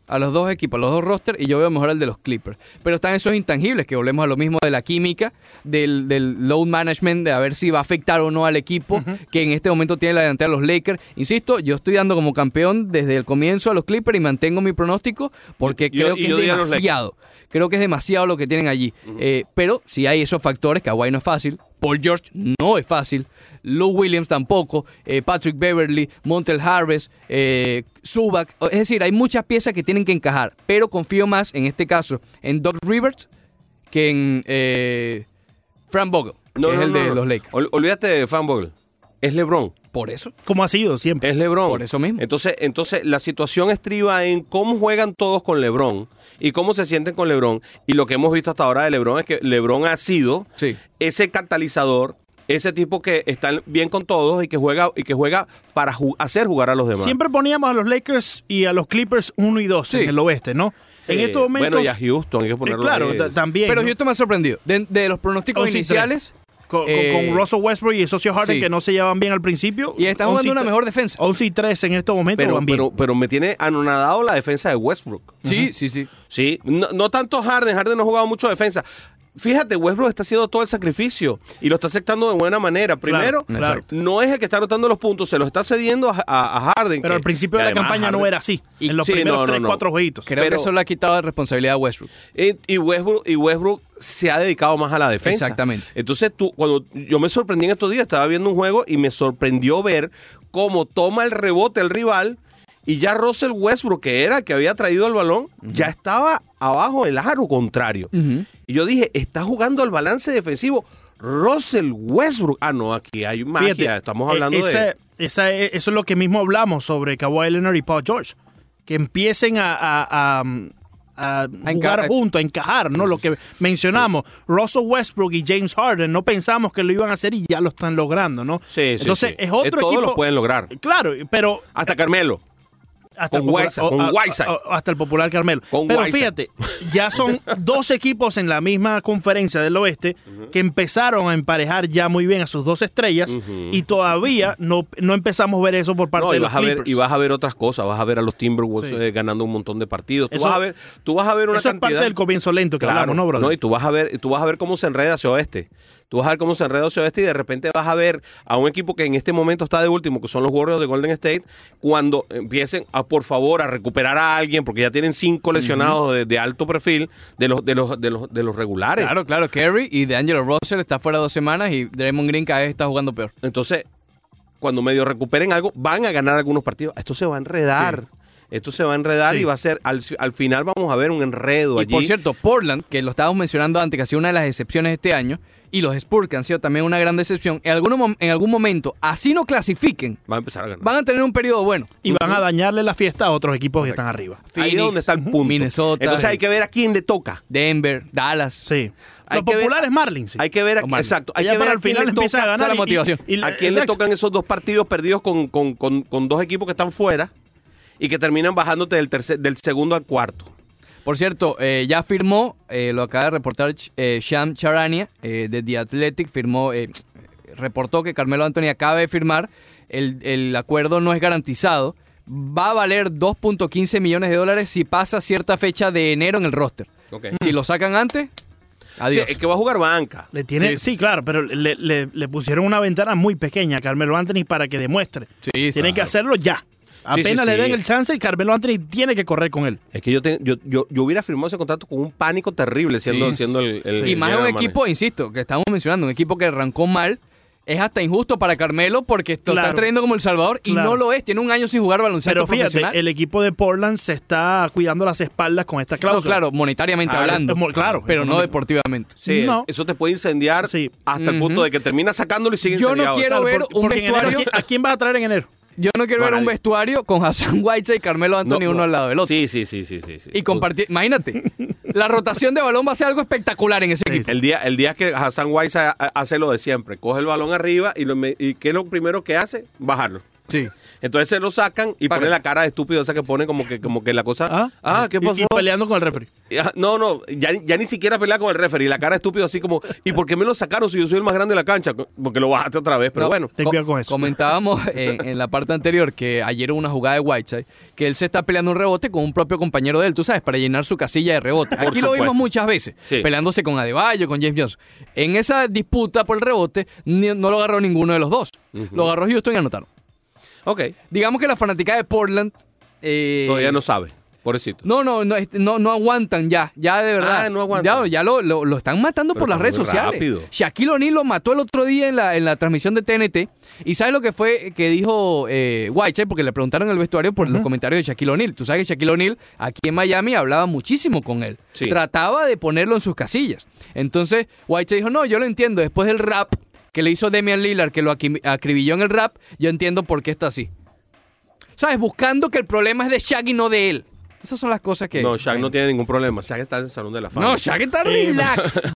a los dos equipos, a los dos rosters, y yo veo mejor al de los Clippers. Pero están esos intangibles, que volvemos a lo mismo de la química, del, del load management, de a ver si va a afectar o no al equipo, que en este momento tiene la delantera de los Lakers. Insisto, yo estoy dando como campeón desde el comienzo a los Clippers y mantengo mi pronóstico porque
Yo-
creo
y
que
yo
es
di a los Lakers.
demasiado. Creo que es demasiado lo que tienen allí. Eh, pero si hay esos factores, Kawhi no es fácil, Paul George no es fácil, Lou Williams tampoco, eh, Patrick Beverly, Montel Harris, eh, Zubac. Es decir, hay muchas piezas que tienen que encajar. Pero confío más en este caso en Doc Rivers que en eh, Frank Vogel, que es el de los Lakers.
Ol- olvídate de Fanboy. Es LeBron.
Por eso.
Como ha sido siempre.
Es LeBron.
Por eso mismo.
Entonces, entonces la situación estriba en cómo juegan todos con LeBron y cómo se sienten con LeBron. Y lo que hemos visto hasta ahora de LeBron es que LeBron ha sido
Sí.
ese catalizador, ese tipo que está bien con todos y que juega y que juega para ju- hacer jugar a los demás.
Siempre poníamos a los Lakers y a los Clippers 1 y 2
Sí.
en el oeste, ¿no?
Sí.
En estos momentos.
Bueno, y a Houston hay que
eh,
ponerlo
claro,
ahí.
ta- también.
Pero
¿no?
yo te me ha sorprendido. De, de los pronósticos
11 y tres.
iniciales,
con, con-
eh,
con Russell Westbrook y el socio Harden
sí.
que no se llevan bien al principio.
y están jugando una mejor defensa.
11 y 3 en estos momentos
pero,
van bien.
pero, pero me tiene anonadado la defensa de Westbrook.
Sí, sí, sí.
Sí, no, no tanto Harden, Harden no ha jugado mucho defensa. Fíjate, Westbrook está haciendo todo el sacrificio y lo está aceptando de buena manera. Primero,
claro. Exacto.
no es el que está anotando los puntos, se los está cediendo a, a- a Harden.
Pero
que-
al principio
que
de la
además
campaña no
Harden-
era así.
Y-
en los
Sí, no,
primeros
no,
3,
no.
4 jueguitos.
Creo
Pero-
que eso le ha quitado de responsabilidad a Westbrook.
Y, Eh, y Westbrook, y Westbrook se ha dedicado más a la defensa.
Exactamente.
Entonces, tú, cuando yo me sorprendí en estos días, estaba viendo un juego y me sorprendió ver cómo toma el rebote el rival y ya Russell Westbrook, que era el que había traído el balón, ya estaba abajo del aro contrario.
Ujú.
Y yo dije, está jugando al balance defensivo Russell Westbrook. Ah, no, aquí hay magia.
Fíjate,
Estamos
eh,
hablando
esa-
de.
esa- eh, eso es lo que mismo hablamos sobre Kawhi Leonard y Paul George. Que empiecen a, a- a- a
enca-
jugar juntos, a encajar, ¿no? Lo que mencionamos, Russell Westbrook y James Harden, no pensamos que lo iban a hacer y ya lo están logrando, ¿no?
Sí, sí,
Entonces
sí.
es otro
Todos
equipo.
lo pueden lograr.
Claro, pero
Hasta Carmelo.
hasta
Con
el popular-
Whiteside, con
o- a-
Whiteside.
o- o hasta el popular Carmelo.
Con
Pero
Whiteside.
fíjate, ya son dos equipos en la misma conferencia del oeste que empezaron a emparejar ya muy bien a sus dos estrellas y todavía no, no empezamos a ver eso por parte
No, y
de los
vas, a ver,
Clippers.
y vas a ver otras cosas. Vas a ver a los Timberwolves
Sí.
eh, ganando un montón de partidos. Tú,
Eso-
vas, a ver, tú vas a ver una
eso es
cantidad.
parte del comienzo lento que hablamos, ¿no, brother?
y tú vas a ver, tú vas a ver cómo se enreda hacia oeste. Tú vas a ver cómo se enreda hacia oeste y de repente vas a ver a un equipo que en este momento está de último, que son los Warriors de Golden State, cuando empiecen a por favor a recuperar a alguien, porque ya tienen cinco lesionados de, de alto perfil de los, de los, de los, de los regulares.
Claro, claro, Kerry y de Angelo Russell está fuera dos semanas y Draymond Green cada vez está jugando peor.
Entonces, cuando medio recuperen algo, van a ganar algunos partidos. Esto se va a enredar. Esto se va a enredar
Sí.
y va a ser, al, al final vamos a ver un enredo
Y
allí.
por cierto, Portland, que lo estábamos mencionando antes, que ha sido una de las excepciones este año, y los Spurs, que han sido también una gran decepción, en, alguno mom- en algún momento, así no clasifiquen,
va a empezar a ganar.
van a tener un periodo bueno.
y van a dañarle la fiesta a otros equipos que están arriba.
Ahí es
Phoenix,
donde está el punto.
Minnesota.
Entonces hay que ver a quién le toca.
Denver, Dallas.
Sí.
Hay
Lo
que ver-
popular es Marlins. sí.
Hay que ver a,
Omar.
exacto, hay
Ya
que ver
para
a
el
quién
final
le
empieza
toca-
a
esa es
ganar.
la
y- y-
motivación.
y-
¿A quién
exacto.
le tocan esos dos partidos perdidos con, con- con- con dos equipos que están fuera y que terminan bajándote del, tercer, del segundo al cuarto?
Por cierto, eh, ya firmó, eh, lo acaba de reportar eh, Sham Charania eh, de The Athletic, firmó, eh, reportó que Carmelo Anthony acaba de firmar, el, el acuerdo no es garantizado, va a valer 2.15 millones de dólares si pasa cierta fecha de enero en el roster.
Mm.
Si lo sacan antes,
Sí,
adiós.
eh,
es que va a jugar banca.
Le tiene,
Sí.
sí. claro, pero le, le- le pusieron una ventana muy pequeña a Carmelo Anthony para que demuestre.
Sí,
Tienen
sí.
que hacerlo ya.
Sí,
Apenas
sí,
le
sí.
den el chance, Carmelo Anthony tiene que correr con él.
Es que yo, te- yo, yo, yo hubiera firmado ese contrato con un pánico terrible siendo,
Sí.
siendo el, el-
y
el
más un
general
equipo,
manager.
insisto, que estamos mencionando, un equipo que arrancó mal. es hasta injusto para Carmelo porque lo
Claro.
están trayendo como El Salvador y
Claro.
no lo es. Tiene un año sin jugar baloncesto
Pero fíjate,
profesional.
el equipo de Portland se está cuidando las espaldas con esta
No,
cláusula.
claro, monetariamente
Ah,
hablando.
eh, mo- claro,
Pero no
económico.
deportivamente.
Sí,
No.
eso te puede incendiar
Sí.
hasta el punto de que termina sacándolo y sigue
Yo no
incendiado.
quiero-
Claro,
ver
porque-
un
porque en enero,
vestuario-
¿a quién- ¿A quién vas a traer en enero?
Yo no quiero
Bueno,
ver un
ahí-
vestuario con Hassan Whiteside y Carmelo
No,
Anthony
no.
uno al lado del otro.
Sí, sí, sí, sí, sí, sí.
Y compartir, imagínate, la rotación de balón va a ser algo espectacular en ese
Sí,
equipo.
El día, el día que Hassan Weiss ha- ha- hace lo de siempre, coge el balón arriba y, lo me- y ¿qué es lo primero que hace? Bajarlo.
Sí.
Entonces se lo sacan y
Para.
ponen la cara de estúpido esa que pone como que, como que la cosa. Ah, ¿qué
Y-
pasó?
Y, peleando con el referee.
Ah, No, no, ya, ni- ya ni siquiera pelea con el referee. La cara de estúpido así como, ¿y por qué me lo sacaron si yo soy el más grande de la cancha? Porque lo bajaste otra vez, pero
No,
bueno.
Ten
co-
cuidado con eso.
Comentábamos en, en la parte anterior que ayer hubo una jugada de Whiteside que él se está peleando un rebote con un propio compañero de él, tú sabes, para llenar su casilla de rebote. Aquí lo
supuesto.
vimos muchas veces,
Sí.
peleándose con Adebayo, con James Johnson. En esa disputa por el rebote ni- no lo agarró ninguno de los dos. Lo agarró Houston y anotaron.
Ok,
Digamos que la fanática de Portland... eh,
todavía no sabe, pobrecito.
No, no, no, este, no, no aguantan ya, ya de verdad.
Ah, no aguantan.
Ya, ya lo, lo- lo están matando
Pero
por las
está
redes
muy
sociales.
rápido.
Shaquille O'Neal lo mató el otro día en la, en la transmisión de TNT. ¿Y sabes lo que fue que dijo eh, Whiteside? Porque le preguntaron en el vestuario por los comentarios de Shaquille O'Neal. Tú sabes que Shaquille O'Neal aquí en Miami hablaba muchísimo con él.
Sí.
Trataba de ponerlo en sus casillas. Entonces Whiteside dijo, no, yo lo entiendo. Después del rap que le hizo Damian Lillard, que lo aquim- acribilló en el rap, yo entiendo por qué está así. ¿Sabes? Buscando que el problema es de Shaq y no de él. Esas son las cosas que...
No, Shaq no tiene ningún problema. Shaq está en el Salón de la Fama.
No, Shaq está
Sí,
relax.